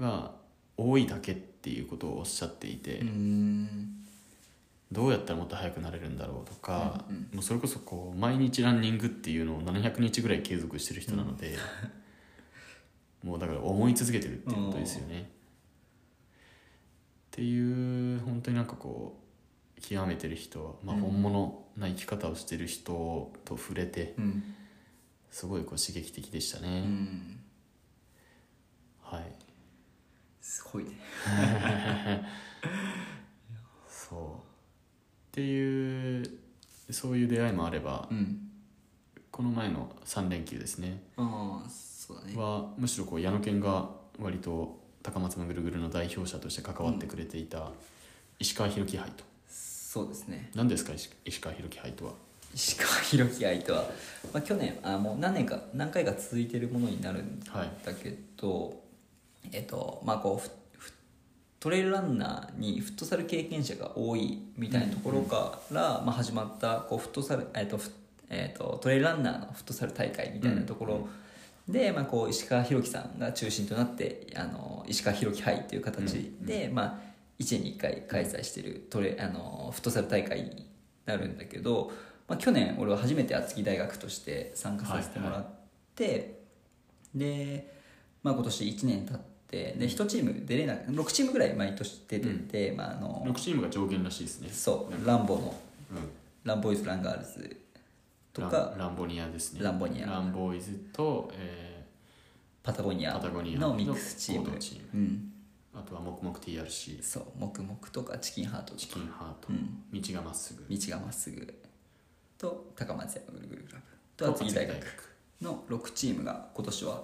が多いだけっていうことをおっしゃっていて、
うんうん
どうやったらもっと速くなれるんだろうとか、
うん
もうそれこそこう毎日ランニングっていうのを700日ぐらい継続してる人なの で、もうだから思い続けてるっていうことですよね。っていう本当になんかこう極めてる人、まあ、
うん
本物な生き方をしてる人と触れて
うん
すごいこう刺激的でした
う
ね。
ん
はい
すごいね
そうっていうそういう出会いもあれば、
うん
この前の3連休ですね
ああそうだね
はむしろこう矢野健が割と高松のぐるぐるの代表者として関わってくれていた石川博樹杯と
そうですね
何ですか石石川博樹杯とは
石川博樹愛とは、まあ、去年あもう何年か何回か続いてるものになるん
はい
だけどえっとまあこうふふトレイルランナーにフットサル経験者が多いみたいなところから、まあ、始まったこうフットサル、えっとふえっと、トレイルランナーのフットサル大会みたいなところで、まあ、こう石川博樹さんが中心となってあの石川博樹杯という形で、まあ、1年に1回開催してるトレあのフットサル大会になるんだけど、まあ、去年俺は初めて厚木大学として参加させてもらって。で、まあ、今年1年経ってで1チーム出れなく6チームぐらい毎年出てて、まあ、あ
6
の
チームが上限らしいですね、
そうランボの
うん、
ランボーイズランガールズと
ラン
か
ランボニアですね
ランボニア
ランボーイズと、え
パタゴニ
ー
ア
パタゴニア
のミックスチー
合
ム
同チーム
うん、
あとは黙々 TRC
そう黙々とかチキンハートと
チキ
か
ンハート、
うん
道がまっすぐ
道がまっすぐと高松山ぐるぐるクラブと厚木大学の6チームが今年は、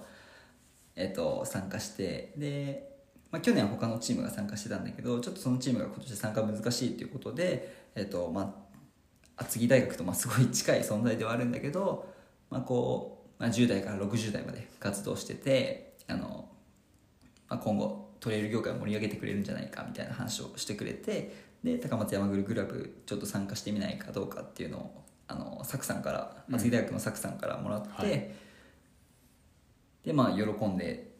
えっと参加してで、まあ、去年は他のチームが参加してたんだけどちょっとそのチームが今年参加難しいということで、えっとまあ、厚木大学とまあすごい近い存在ではあるんだけど、まあこうまあ、10代から60代まで活動しててあの、まあ、今後トレイル業界を盛り上げてくれるんじゃないかみたいな話をしてくれてで高松山グルグラブちょっと参加してみないかどうかっていうのをあのサクさんから厚木大学のサクさんからもらって。
はい
でまあ喜んで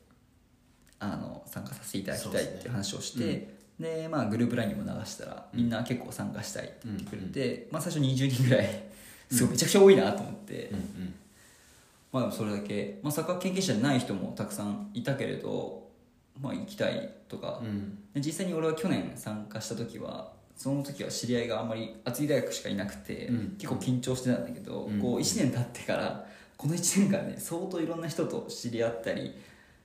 あの参加させていただき
そう
た
で
いっ
すね
て話をしてで,、まあ、グループラインにも流したらみんな結構参加したいって言ってくれて、まあ、最初20人ぐらいすごいめちゃくちゃ多いなと思って、
うんうん
まあ、でもそれだけ、まあ、サッカー経験者じゃない人もたくさんいたけれど、まあ、行きたいとか、
うん
で実際に俺は去年参加した時はその時は知り合いがあんまり厚木大学しかいなくて、
うん
結構緊張してたんだけど、
うん
こう1年経ってからこの1年間ね相当いろんな人と知り合ったり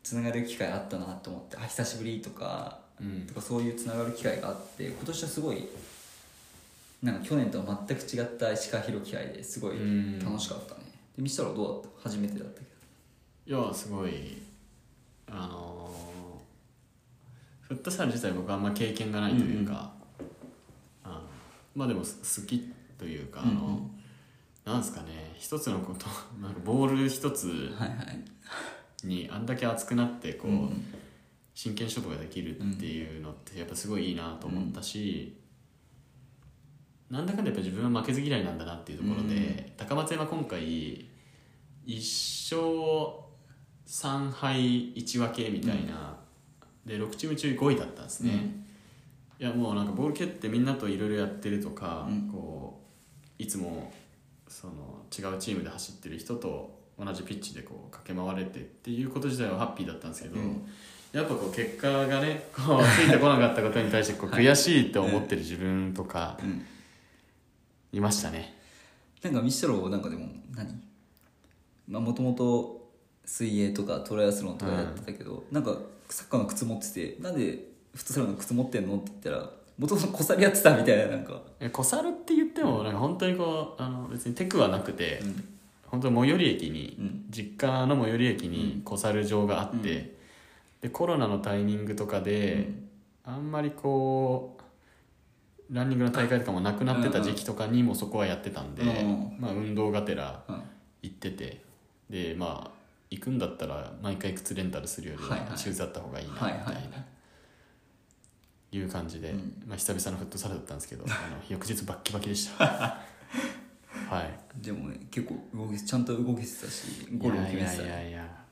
つながる機会あったなと思ってあ久しぶりとか,、
うん
とかそういうつながる機会があって今年はすごいなんか去年とは全く違った石川博機会ですごい
うん
楽しかったね、で見せたらどうだった初めてだったけど
いやすごいあのーフットサル自体僕あんま経験がないというか、あのまあでもす好きというかあの、なんですかね一つのこと なんかボール一つ
はいはい
にあんだけ熱くなってこう、
うん
真剣勝負ができるっていうのってやっぱすごいいいなと思ったし、なんだかんだやっぱ自分は負けず嫌いなんだなっていうところで、
うん
高松山今回1勝3敗1分けみたいな、で6チーム中5位だったんですね、いやもうなんかボール蹴ってみんなといろいろやってるとか、
うん
こういつもその違うチームで走ってる人と同じピッチでこう駆け回れてっていうこと自体はハッピーだったんですけど、
うん
やっぱこう結果がねこうついてこなかったことに対してこう悔しいって思ってる自分とか
うん
いましたね。
なんかミシェロなんかでも何まあもともと水泳とかトライアスロンとかやってたけど、なんかサッカーの靴持っててなんでフットサルの靴持ってんのって言ったらもともと小サビやってたみたいななんか
え小猿って言ってもなんか本当にこうあの別にテクはなくて、
うん
本当に最寄り駅に、
うん
実家の最寄り駅に小猿場があって、
う
でコロナのタイミングとかで、あんまりこうランニングの大会とかもなくなってた時期とかにもそこはやってたんで、
うん
まあ、運動がてら
うん
行っててでまあ行くんだったら毎回靴レンタルするより
はいはい
シューズだった方がいいなみた
はいい
な、
はいはい
いう感じで、
うん
まあ、久々のフットサルだったんです けどあの翌日バッキバキでしたはい
でもね結構動けちゃんと動けてたしゴールも決めてた
いやいやいやいや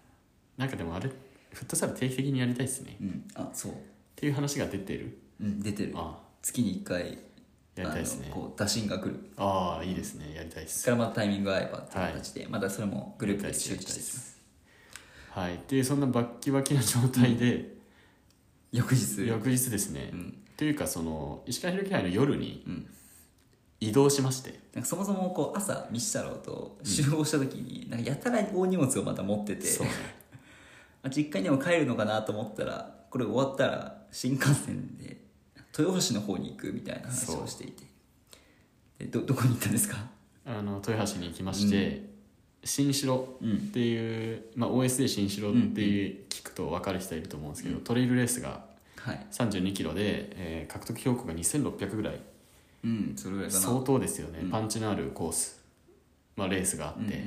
なんかでもあれフットサル定期的にやりたいですねっ
うんあそう、
ていう話が出てる
うん、出てる
あ
月に1回
やりたいですね
あのこう打診が来る
ああいいですねやりたいです
からまたタイミングが合えばっていう形で、またそれもグループで周知してます
はいっていうそんなバッキバキな状態で、
翌日
翌日ですね、
うん
というかその石川博樹杯の夜に
うん
移動しまして
なんかそもそもこう朝ミシ太郎と集合した時に、なんかやたら大荷物をまた持ってて
そう
あ実家にでも帰るのかなと思ったらこれ終わったら新幹線で豊橋の方に行くみたいな話をしていてでどどこに行ったんですか
あの豊橋に行きまして、新城っていう、まあ、OS で新城っていう聞くと分かる人いると思うんですけど、トレイルレースが
はい
3 2キロで、えー獲得標高が2600ぐらい
うんそれぐらいかな
相当ですよね、
うん
パンチのあるコース、まあ、レースがあ
う
っ
んうん
て、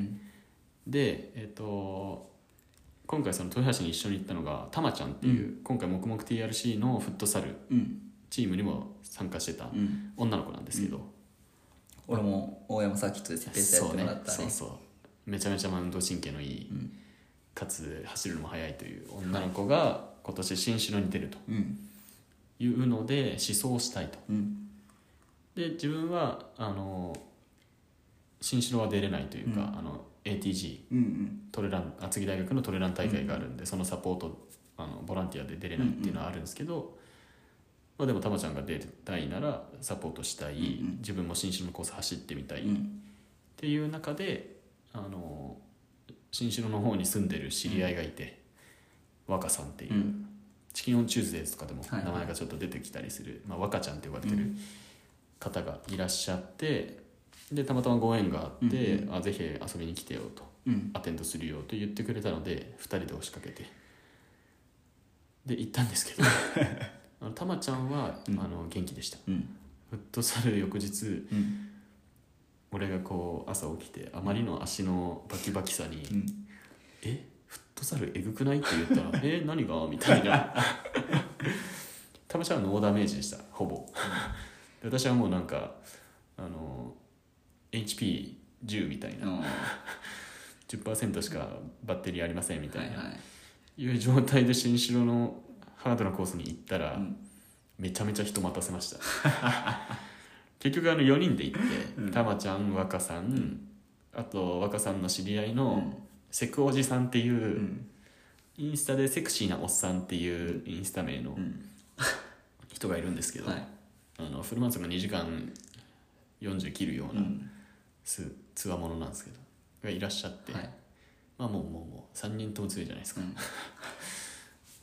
でえっ、と今回その豊橋に一緒に行ったのがたまちゃんっていう、今回黙々 TRC のフットサル
うん
チームにも参加してた
うん
女の子なんですけど、
俺も大山サーキットで設定してや
そ
っ
う
ても
ね
らったね
そうそうめちゃめちゃ運動神経のいい、
うん
かつ走るのも速いという女の子が今年新城に出ると
うん
いうので思想したいと
うん
で自分はあの新城は出れないというか、あの ATG
うんうん
トレラン厚木大学のトレラン大会があるんで、そのサポートあのボランティアで出れないっていうのはあるんですけど、まあ、でもたまちゃんが出たいならサポートしたい、
うんうん
自分も新城のコース走ってみたい、
う
っ
ん
ていう中であの新城の方に住んでる知り合いがいて、若さんっていう、
うん
チキンオンチューズデーズとかでも
はいはい
名前がちょっと出てきたりする、まあ、若ちゃんって呼ばれてる方がいらっしゃって、でたまたまご縁があって、
う
あぜひ遊びに来てよと
うん
アテンドするよと言ってくれたので2人で押しかけてで行ったんですけ どあのたまちゃんは、
うん
あの元気でした
うん
フットサル翌日
うん
俺がこう朝起きてあまりの足のバキバキさに
うん
「えフットサルえぐくない?」って言 ったら「え何が?」みたいなたまちゃんはノーダメージでしたほぼで私はもうなんかあの HP10 みたいな
うんは
10%しかバッテリーありませんみ
い
たいな
はい
いう状態で新城のハードなコースに行ったら、
うん
めちゃめちゃ人待たせました 結局あの4人で行って、
うん
たまちゃん若さん、あと若さんの知り合いうの
ん
セクおじさんっていう、
うん
インスタでセクシーなおっさんっていうインスタ名の
うん
人がいるんですけど、
はい
あのフルマラソンが2時間40切るよう
う
なんすつわものなんですけどがいらっしゃって、
はい
まあもうもうもう3人とも強いじゃないですか
う、ん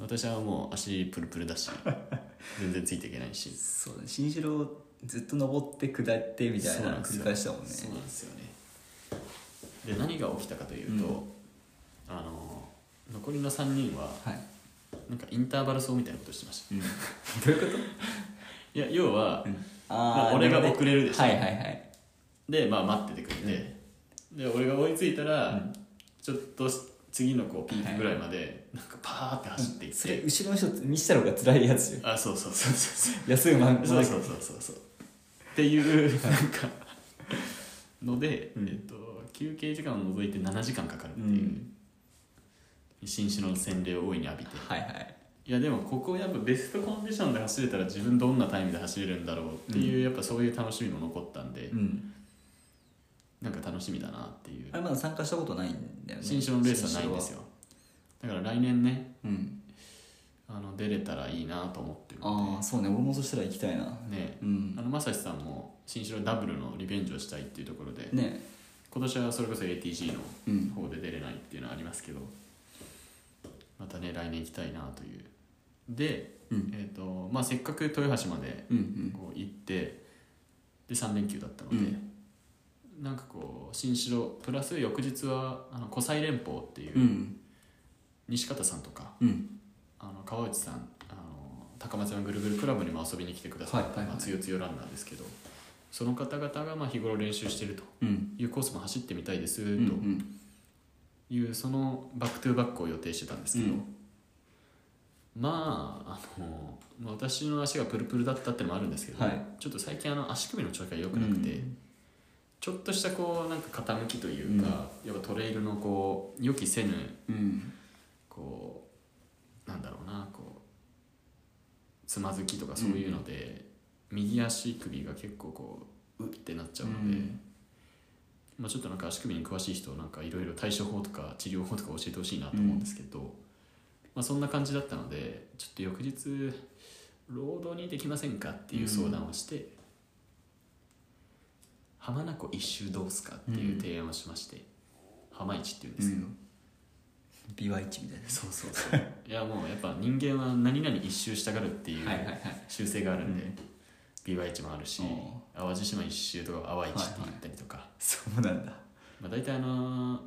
私はもう足プルプルだし 全然ついていけないし
そうだね新城ずっと登って下ってみたいなの繰り返したもんね
そうなんですよねで何が起きたかというと、
うん
あの残りの3人は
はい
なんかインターバル走みたいなことしてました
うんどういうこと
いや要は、ま
あ
あ
あ
俺が
なるほど
遅れるでしょ
はいはいはい
でまあ待っててくれて、で俺が追いついたら、
うん
ちょっとし次のこうピークぐらいまでなんかパーって走っていっ
それ
て、
後ろの人見したのが辛いやつよ
あそうそうそうそうそう
安いまん
そうそうそうそうそうっていうなんかので、
うん
えっと、休憩時間を除いて7時間かかるって
う
いう、
ん
新種の洗礼を大いに浴びて
はいはい
いやでもここやっぱベストコンディションで走れたら自分どんなタイムで走れるんだろうっていう、やっぱそういう楽しみも残ったんで、
うん
なんか楽しみだなっていう
あれまだ参加したことないんだよね
新種のレースはないんです
よ
よだから来年ね
うん
あの出れたらいいなと思ってる
ああそうね俺もそしたら行きたいな
ね
うん
あの正志さんも新種のダブルのリベンジをしたいっていうところで、
ね
今年はそれこそ ATG の
うん
方で出れないっていうのはありますけどまたね来年行きたいなというで、
うん
えーとまあ、せっかく豊橋まで
うんうん
こう行ってで3連休だったので、
うん
なんかこう新城プラス翌日はあの湖西連峰っていう、
うん
西方さんとか
うん
あの川内さんあの高松のぐるぐるクラブにも遊びに来てくださった、
はいはいはい
まあ、つよつよランナーですけどその方々がまあ日頃練習してると
うん
いうコースも走ってみたいです
う
と
ん
いう、そのバックトゥーバックを予定してたんですけど、まああのまあ私の足がプルプルだったってのもあるんですけど、
はい
ちょっと最近あの足首の調子が良くなくて、
うん
ちょっとしたこうなんか傾きというか、やっぱトレイルのこう予期せぬ
うん
こうなんだろうなこうつまずきとかそういうので、右足首が結構こううってなっちゃうので、
うん
まあ、ちょっとなんか足首に詳しい人なんかいろいろ対処法とか治療法とか教えてほしいなと思うんですけど、まあ、そんな感じだったのでちょっと翌日労働にできませんかっていう相談をして、浜名湖一周どうすかっていう提案をしまして、浜市っていうんですけど、
ビワイチみたいです
そうそうそういやもうやっぱ人間は何々一周したがるっていう
はいはいはい
習性があるんで、
う
ビワイチもあるし
お
淡路島一周とか淡市って言ったりとか、
そうなんだ
まあ、大体あのー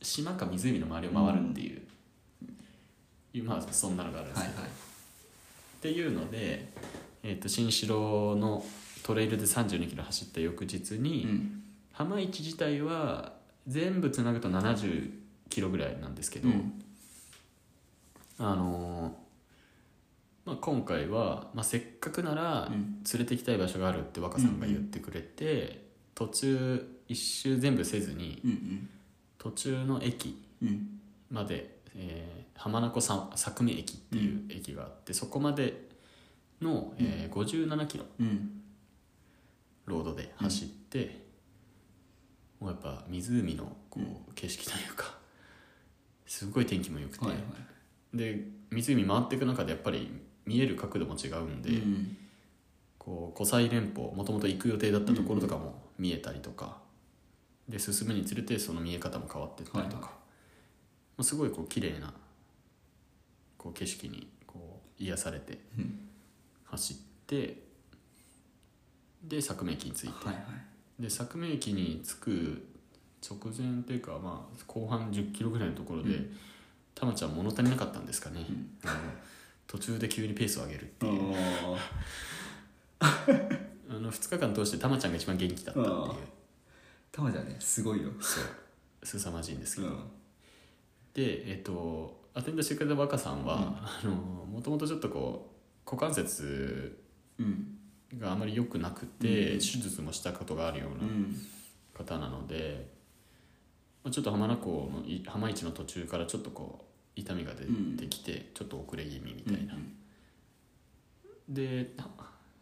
島か湖の周りを回るっていう、まあそんなのがあるんです
はい
け
は
ど、っていうので、えー、と新城のトレイルで3 2キロ走った翌日
い
に、
うん
浜市自体は全部つなぐと7 0キロぐらいなんですけど、
うん
あのーまあ、今回は、まあ、せっかくなら
う
連
ん
れて行きたい場所があるって若さんが言ってくれて、途中一周全部せずに
うん
途中の駅
うん
まで、えー浜名湖さ佐久美駅っていう駅があって、そこまでの、えー57キロ
うん
ロードで走って、もうやっぱ湖のこう景色というか、すごい天気も良くて、
はいはい
で湖回っていく中でやっぱり見える角度も違うんで、
うん
こう湖西連峰もともと行く予定だったところとかも見えたりとか、で進むにつれてその見え方も変わってったりとか、
はい
まあすごいこう綺麗なこう景色にこう癒されて
うん
走ってで佐久目駅に着いて
はいはい
で佐久目駅に着く直前っていうか、まあ、後半1 0キロぐらいのところで、たまちゃん物足りなかったんですかね、あの途中で急にペースを上げるっていうあの2日間通してたまちゃんが一番元気だったっていう
あたまちゃんねすごいよ
そう凄まじいんですけ
う
ど、
ん
でえっ、とアテンドしてくれた若さんはもともとちょっとこう股関節
うん
があまり良くなくて、手術もしたことがあるよう
う
なん方なので、まあ、ちょっと浜名湖のい浜市の途中からちょっとこう痛みが出てきて、ちょっと遅れ気味みたいな、であ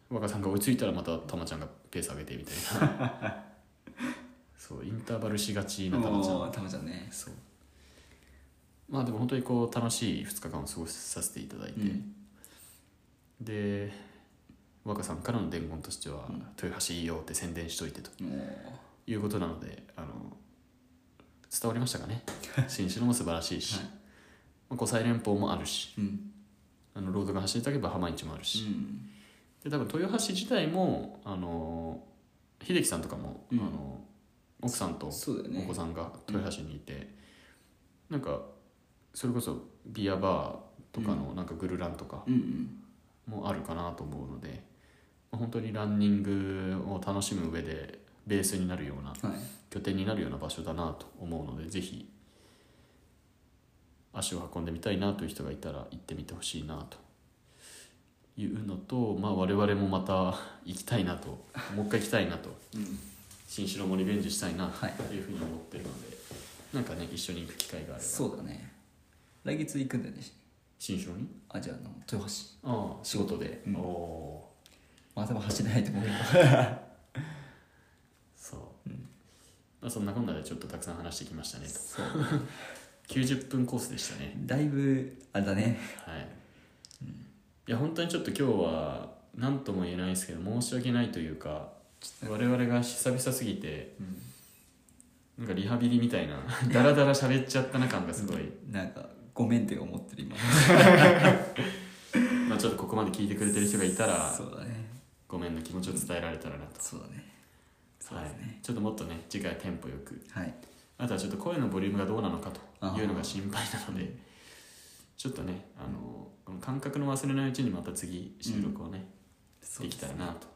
若さんが追いついたらまたたまちゃんがペース上げてみたいな そうインターバルしがちなたまちゃん
おーたまちゃんね
そうまあでも本当にこう楽しい2日間を過ごさせていただいて、
うん
で若さんからの伝言としては「豊橋いいよ」って宣伝しといてと
おー
いうことなのであの伝わりましたか ね新城も素晴らしいし、
はい
まあ、湖西連峰もあるし
うん
あのロードが走りたけば浜市もあるし、
うん
で多分豊橋自体もあの秀樹さんとかも、
うん
あの奥さんと
そうだよ
お
ね
子さんが豊橋にいて、なんかそれこそビアバーとかのなんかグルランとか
うんうん
もあるかなと思うので、まあ本当にランニングを楽しむ上でベースになるような
はい
拠点になるような場所だなと思うのでぜひ足を運んでみたいなという人がいたら行ってみてほしいなというのと、まあ、我々もまた行きたいな ともう一回行きたいなと
うん
新城もリベンジしたいな
はい
というふうに思ってるので、なんかね一緒に行く機会があれば
そうだね来月行くんだよね
新城に
あじゃああの豊橋
ああ仕事で、
うん
おお
まあ多分走れないと思うけど
ーそう、まあ、そんなこんなでちょっとたくさん話してきましたねと
そう
90分コースで したね
だいぶあれだね
はい、いや本当にちょっと今日は何とも言えないですけど申し訳ないというか我々が久々すぎて、なんかリハビリみたいな ダラダラ喋っちゃったな感がすごい、
なんかごめんって思ってる今
まあ、ちょっとここまで聞いてくれてる人がいたら
そうだね
ごめんの気持ちを伝えられたらなと、
そうだねそう
は
です
い
ね、
ちょっともっとね次回テンポよく
はい
あとはちょっと声のボリュームがどうなのかというのが心配なのでちょっとねあのこの感覚の忘れないうちにまた次収録をね、
そう
できたらなと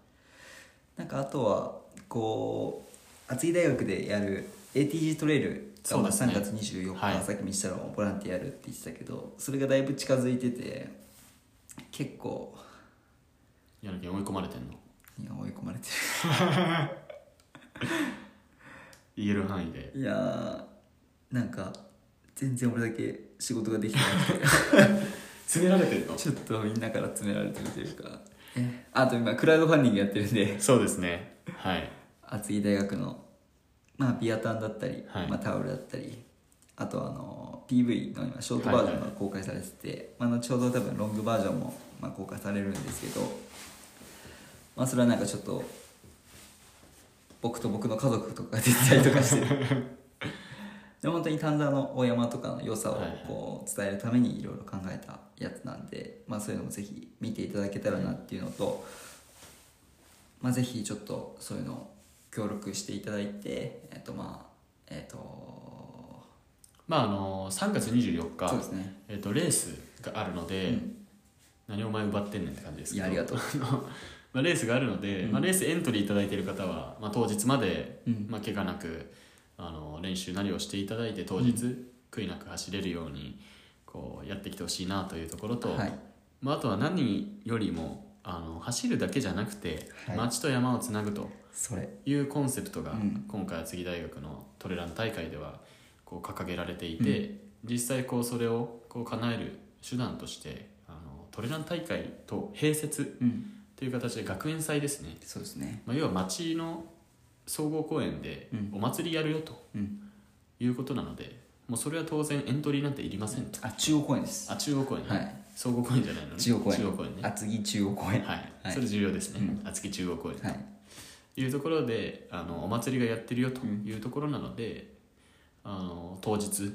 なんかあとはこう厚木大学でやる ATG トレイルが
そうですね
3月24日、
はい
さっき見せたらボランティアやるって言ってたけどそれがだいぶ近づいてて結構
やらきゃ追い込まれてんの
いや追い込まれて
言える範囲で
るいやーなんか全然俺だけ仕事ができてなくて
詰められてるの
ちょっとみんなから詰められてるというかえあと今クラウドファンディングやってるんで
そうですねはい
厚木大学の、まあ、ビアタンだったり、
はい
まあ、タオルだったりあとあの PV の今ショートバージョンが公開されてて、まあ、後ほど多分ロングバージョンも、まあ、公開されるんですけど、まあ、それはなんかちょっと僕と僕の家族とか出てたりとかして で本当に丹沢の大山とかの良さを
はいはい
こう伝えるためにいろいろ考えたやつなんで、まあ、そういうのもぜひ見ていただけたらなっていうのと、まあ、ぜひちょっとそういうのを協力していただいてえっとまあえっと
まああの3月24
そ
日
うですね
えっとレースがあるので、何お前奪ってんねんって感じですけ
いや
ど
ありがとう
あのまあレースがあるので、
うん
まあ、レースエントリーいただいている方は、まあ、当日まで、
うん
まあ、怪我なくあの練習なりをしていただいて当日、悔いなく走れるようにこうやってきてほしいなというところと、
はい
まあ、あとは何よりもあの走るだけじゃなくて、
はい
町と山をつなぐと
それ
いうコンセプトが
うん
今回厚木大学のトレラン大会ではこう掲げられていて、実際こうそれをこう叶える手段としてあのトレラン大会と併設
うん
という形で学園祭ですね、
そうですね
まあ、要は町の総合公園で
うん
お祭りやるよと
うん
いうことなのでもうそれは当然エントリーなんていりませんと
あ中央公園です
あ中央公園ね、
はい
総合公園じゃないのね
中央公園
中央公園ね
厚木中央公園
はい、
はい
それ重要ですね、
う
厚木中央公園、
はい
いうところであのお祭りがやってるよというところなので、あの当日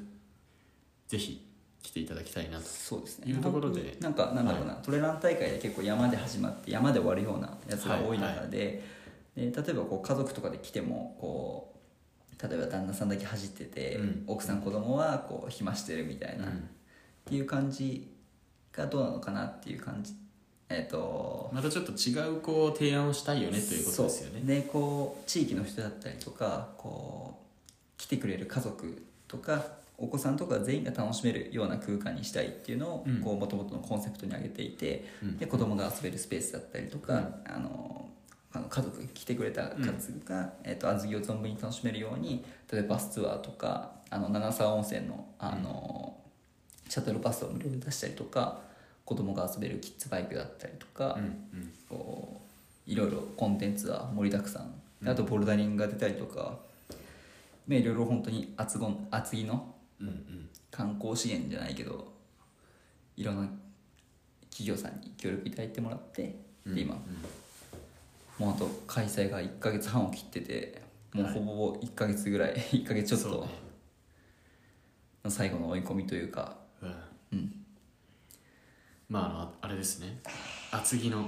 ぜひ来ていただきたいなと
そうですね
いうところで
本当になんかなんだろうな、トレラン大会で結構山で始まって山で終わるようなやつが多い中で,、で例えばこう家族とかで来てもこう例えば旦那さんだけ走ってて、
うん
奥さん子供はこう暇してるみたいな、
うん
っていう感じがどうなのかなっていう感じえっ、と
またちょっと違うこう提案をしたいよねということですよね
そうでこう地域の人だったりとかこう来てくれる家族とかお子さんとか全員が楽しめるような空間にしたいっていうのを
うん
もともとのコンセプトに挙げていて、
うん
で子供が遊べるスペースだったりとか、あのあの家族来てくれた家族が、えっと小豆を存分に楽しめるように例えばバスツアーとかあの七沢温泉のあの、シャトルバスを無料で出したりとか子供が遊べるキッズバイクだったりとか、
うんうん
こういろいろコンテンツは盛りだくさんであとボルダリングが出たりとか、ね、いろいろ本当に厚ごん厚木の
うんうん
観光資源じゃないけどいろんな企業さんに協力いただいてもらってで今、もうあと開催が1ヶ月半を切っててもうほぼほぼ1ヶ月ぐらい1 ヶ月ちょっ
そう
と
ね
の最後の追い込みというか
うん
うん
まああのあれですね厚木の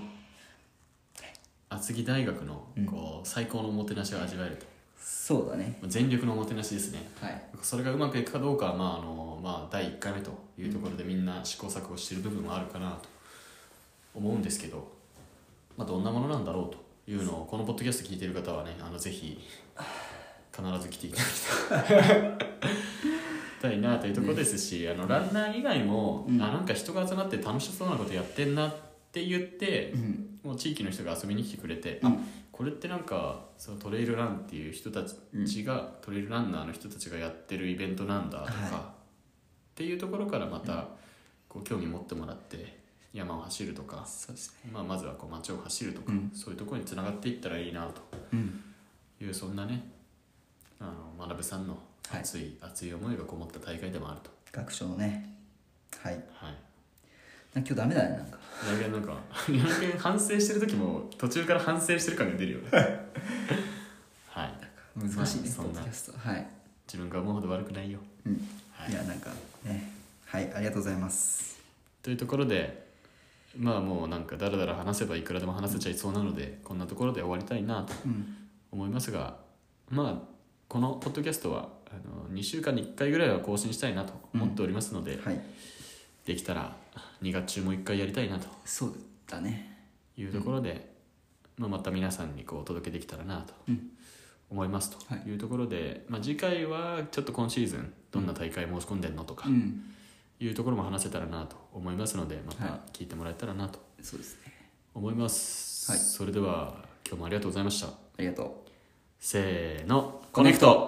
厚木大学のこう最高のおもてなしを味わえると、
そうだね
全力のおもてなしですね
はい
それがうまくいくかどうかは、まああのまあ、第1回目というところでみんな試行錯誤している部分はあるかなと思うんですけど、まあ、どんなものなんだろうというのをこのポッドキャスト聞いてる方はねあのぜひ必ず来ていただきたいたいなというところですし、あのランナー以外も、
うん
あなんか人が集まって楽しそうなことやってんなっって言って
うん
もう地域の人が遊びに来てくれて、
うん
あこれってなんかそのトレイルランっていう人たちが、トレイルランナーの人たちがやってるイベントなんだとか、
は
っていうところからまたこう興味持ってもらって山を走るとか、
そうですね
まあ、まずはこう街を走るとか、
うん
そういうところにつながっていったらいいな
うん
というそんなねあの学さんの
はい
熱い、熱い思いがこもった大会でもあると。
学長ねはいなんか
はい
今日ダメだねなんか
ラゲンなんか ラゲン反省してる時も途中から反省してる感が出る よねはい
難しい
ま
ね、
あそ
ポ
ん
ッド
な
キャストはい、
自分が思うほど悪くないよ
うん
はい
い、やなんかねはいありがとうございます
というところでまあもうなんかだらだら話せばいくらでも話せちゃいそうなのでこんなところで終わりたいなと
うん
思いますがまあこのポッドキャストはあの2週間に1回ぐらいは更新したいなと思っておりますので、
はい
できたら2月中も1回やりたいなと
そうだね
いうところで、まあ、また皆さんにこうお届けできたらなと
うん
思いますと
はい
いうところで、まあ、次回はちょっと今シーズンどんな大会申し込んでんのとか
うん
いうところも話せたらなと思いますのでま
はい
た聞いてもらえたらなと
そうですね
思います、
はい
それでは今日もありがとうございました
ありがとう
せーのコネクト